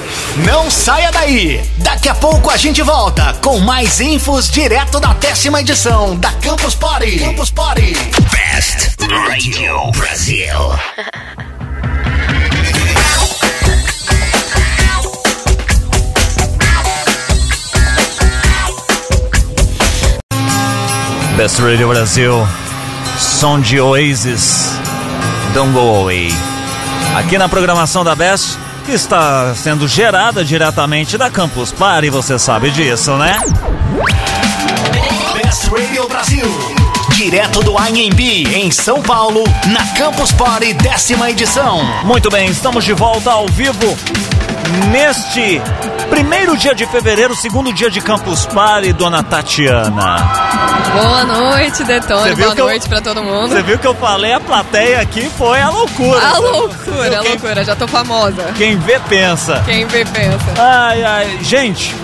Não saia daí! Daqui a pouco a gente volta com mais infos direto da décima edição da Campus Party. Campus Party. Best Radio Brasil. Best Radio Brasil, som de Oasis, Don't Go Away. Aqui na programação da Best, que está sendo gerada diretamente da Campus Party, você sabe disso, né? Best Radio Brasil. Direto do IMB em São Paulo, na Campus Party décima edição. Muito bem, estamos de volta ao vivo neste primeiro dia de fevereiro, segundo dia de Campus Party, dona Tatiana. Boa noite, Você Detone. viu Boa que eu- noite pra todo mundo. Você viu que eu falei, a plateia aqui foi a loucura. A loucura, a loucura. Já tô famosa. Quem vê, pensa. Quem vê, pensa. Ai, ai, gente,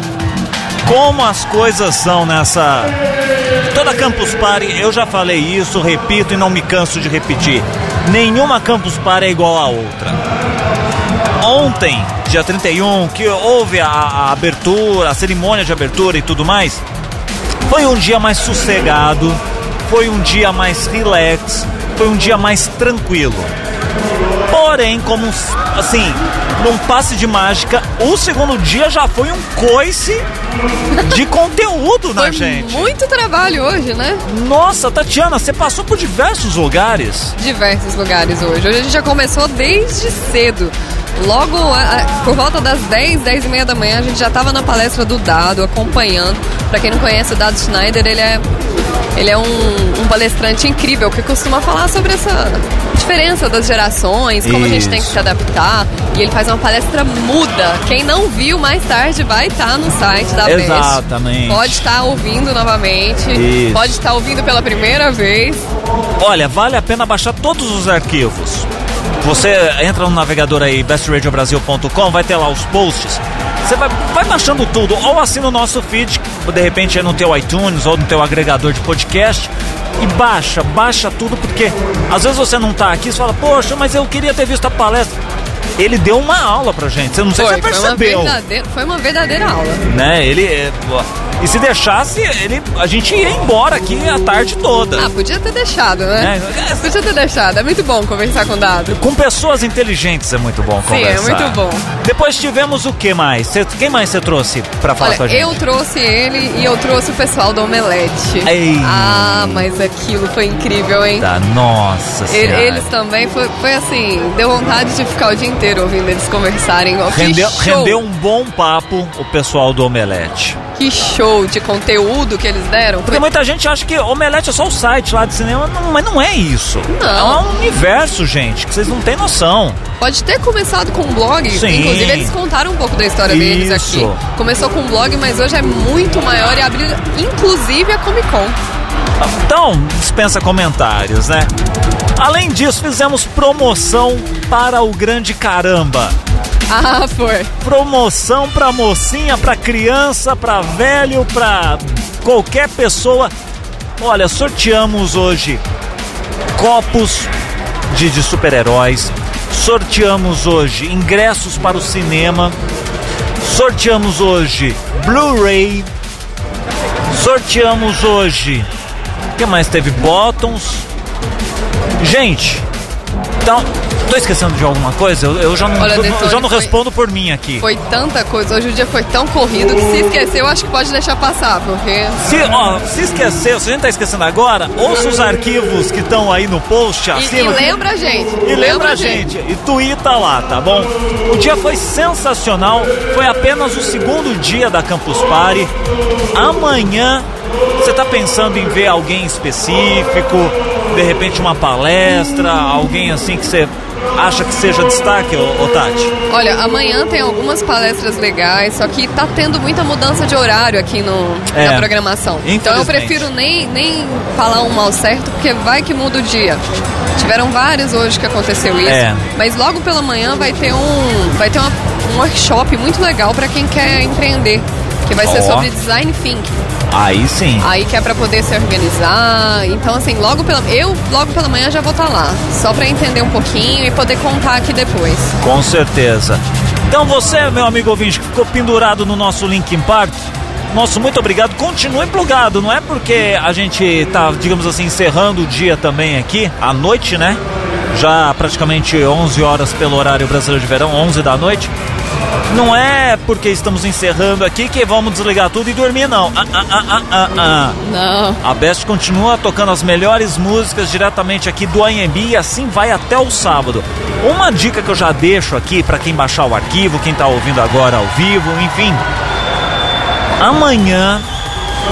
como as coisas são nessa. Toda Campus Party, eu já falei isso, repito e não me canso de repetir. Nenhuma Campus Party é igual à outra. Ontem, dia 31, que houve a, a abertura, a cerimônia de abertura e tudo mais, foi um dia mais sossegado, foi um dia mais relax, foi um dia mais tranquilo. Porém, como um s- assim, num passe de mágica, o segundo dia já foi um coice de conteúdo na gente. Muito trabalho hoje, né? Nossa, Tatiana, você passou por diversos lugares. diversos lugares hoje. Hoje a gente já começou desde cedo. Logo a- a- por volta das 10, 10 e meia da manhã, a gente já estava na palestra do Dado, acompanhando. Pra quem não conhece o Dado Schneider, ele é, ele é um, um palestrante incrível que costuma falar sobre essa diferença das gerações, como a gente tem que se adaptar. E ele faz uma palestra muda. Quem não viu, mais tarde vai estar no site da Best. Exatamente. Pode estar ouvindo novamente, Isso. pode estar ouvindo pela primeira vez. Olha, vale a pena baixar todos os arquivos. Você entra no navegador aí, bestradiobrasil.com, vai ter lá os posts. Você vai, vai baixando tudo, ou assina o nosso feed, de repente é no teu iTunes ou no teu agregador de podcast, e baixa, baixa tudo, porque às vezes você não tá aqui e fala, poxa, mas eu queria ter visto a palestra. Ele deu uma aula pra gente, você não sei se você percebeu Uma verdadeira, foi uma verdadeira aula. né? Ele é, ó, e se deixasse, ele a gente ia embora aqui a tarde toda. Ah, podia ter deixado, É, né? Podia ter deixado. É muito bom conversar com o Dado. Com pessoas inteligentes é muito bom Sim, é conversar. muito bom. Depois tivemos o que mais? Cê- quem mais você trouxe pra falar com a Olha, gente? eu trouxe ele e eu trouxe o pessoal do Omelete. Ei. Ah, mas aquilo foi incrível, hein? Tá, nossa E- senhora. Eles também, foi, foi assim, deu vontade de ficar o dia inteiro ouvindo eles conversarem. Que Rendeu, show. rendeu um bom papo o pessoal do Omelete. Que show de conteúdo que eles deram. Porque muita gente acha que Omelete é só o site lá de cinema, não- mas não é isso. Não. É um universo, gente, que vocês não têm noção. Pode ter começado com um blog, Sim. inclusive eles contaram um pouco da história deles aqui. Isso. Começou com um blog, mas hoje é muito maior e abriu inclusive a Comic Con. Então, dispensa comentários, né? Além disso, fizemos promoção para o grande caramba. Ah, foi. Promoção pra mocinha, pra criança, pra velho, pra qualquer pessoa. Olha, sorteamos hoje copos de, de super-heróis. Sorteamos hoje ingressos para o cinema. Sorteamos hoje Blu-ray. Sorteamos hoje. O que mais teve? Bottoms. Gente, então. Tô esquecendo de alguma coisa? Eu, eu já não, Olha, eu Detone, já não foi- respondo por mim aqui. Foi tanta coisa, hoje o dia foi tão corrido que se esqueceu, acho que pode deixar passar, porque. Se, ó, se esqueceu, se a gente tá esquecendo agora, ouça os arquivos que estão aí no post E, acima. e lembra a gente. E lembra a gente, e tuita lá, tá bom? O dia foi sensacional, foi apenas o segundo dia da Campus Party. Amanhã você tá pensando em ver alguém específico, de repente uma palestra, alguém assim que você acha que seja destaque, ô, ô Tati? Olha, amanhã tem algumas palestras legais, só que tá tendo muita mudança de horário aqui no, É, na programação. Então eu infelizmente. prefiro nem, nem falar um mal certo, porque vai que muda o dia. Tiveram vários hoje que aconteceu isso. É. Mas logo pela manhã vai ter um, vai ter uma- um workshop muito legal para quem quer empreender. Que vai ser Ó. sobre design thinking. Aí sim. Aí que é pra poder se organizar. Então, assim, logo pela. Eu logo pela manhã já vou estar lá. Só pra entender um pouquinho e poder contar aqui depois. Com certeza. Então você, meu amigo ouvinte, que ficou pendurado no nosso Linkin Park, nosso muito obrigado. Continue plugado, não é porque a gente tá, digamos assim, encerrando o dia também aqui, à noite, né? Já praticamente 11 horas pelo horário brasileiro de verão, 11 da noite. Não é porque estamos encerrando aqui que vamos desligar tudo e dormir, não. Ah, ah, ah, ah, ah, ah. Não. A Best continua tocando as melhores músicas diretamente aqui do IMB e assim vai até o sábado. Uma dica que eu já deixo aqui para quem baixar o arquivo, quem tá ouvindo agora ao vivo, enfim. Amanhã,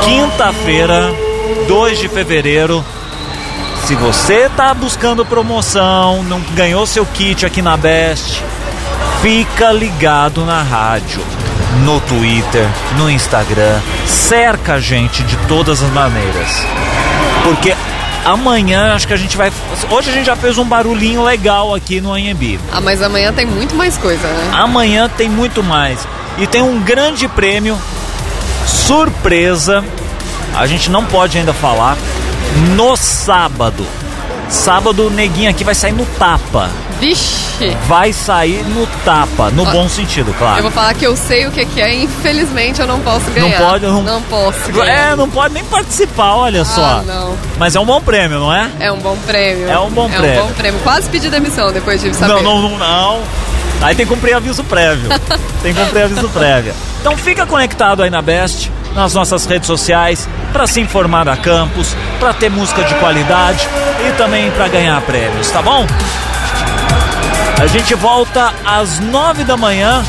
quinta-feira, 2 de fevereiro, se você tá buscando promoção, não ganhou seu kit aqui na Best, fica ligado na rádio, no Twitter, no Instagram, cerca a gente de todas as maneiras. Porque amanhã acho que a gente vai. Hoje a gente já fez um barulhinho legal aqui no Anhembi. Ah, mas amanhã tem muito mais coisa, né? Amanhã tem muito mais. E tem um grande prêmio, surpresa. A gente não pode ainda falar. No sábado. Sábado o neguinho aqui vai sair no tapa. Vixe! Vai sair no tapa. No Ó, bom sentido, Eu claro. vou falar que eu sei o que, que é, e infelizmente eu não posso ganhar. pode, Ah. não- Não posso. É, não pode nem participar, olha só. Ah, não. Mas é um bom prêmio, não é? É um bom prêmio. É um bom É prêmio. um bom prêmio. Quase pedi demissão depois de saber. Não, não, não, não. Aí tem que cumprir aviso prévio. tem que cumprir aviso prévio. Então fica conectado aí na Best, nas nossas redes sociais, pra se informar da Campus, pra ter música de qualidade e também pra ganhar prêmios, tá bom? A gente volta às nove da manhã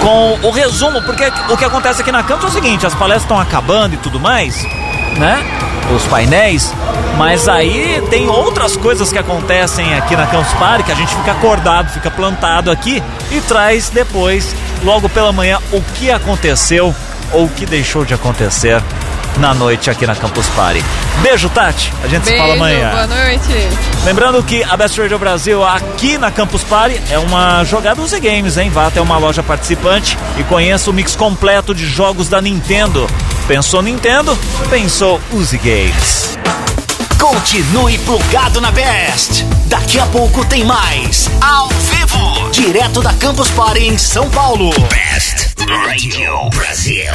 com o resumo, porque o que acontece aqui na Campus é o seguinte, as palestras estão acabando e tudo mais, né? Os painéis, mas aí tem outras coisas que acontecem aqui na Campus Party que a gente fica acordado, fica plantado aqui e traz depois, logo pela manhã, o que aconteceu ou o que deixou de acontecer na noite aqui na Campus Party. Beijo, Tati. A gente se Beijo, fala amanhã. boa noite. Lembrando que a Best Radio Brasil aqui na Campus Party é uma jogada Uzi Games, hein? Vá até uma loja participante e conheça o mix completo de jogos da Nintendo. Pensou Nintendo? Pensou Uzi Games. Continue plugado na Best. Daqui a pouco tem mais. Ao vivo. Direto da Campus Party em São Paulo. Best Radio Brasil.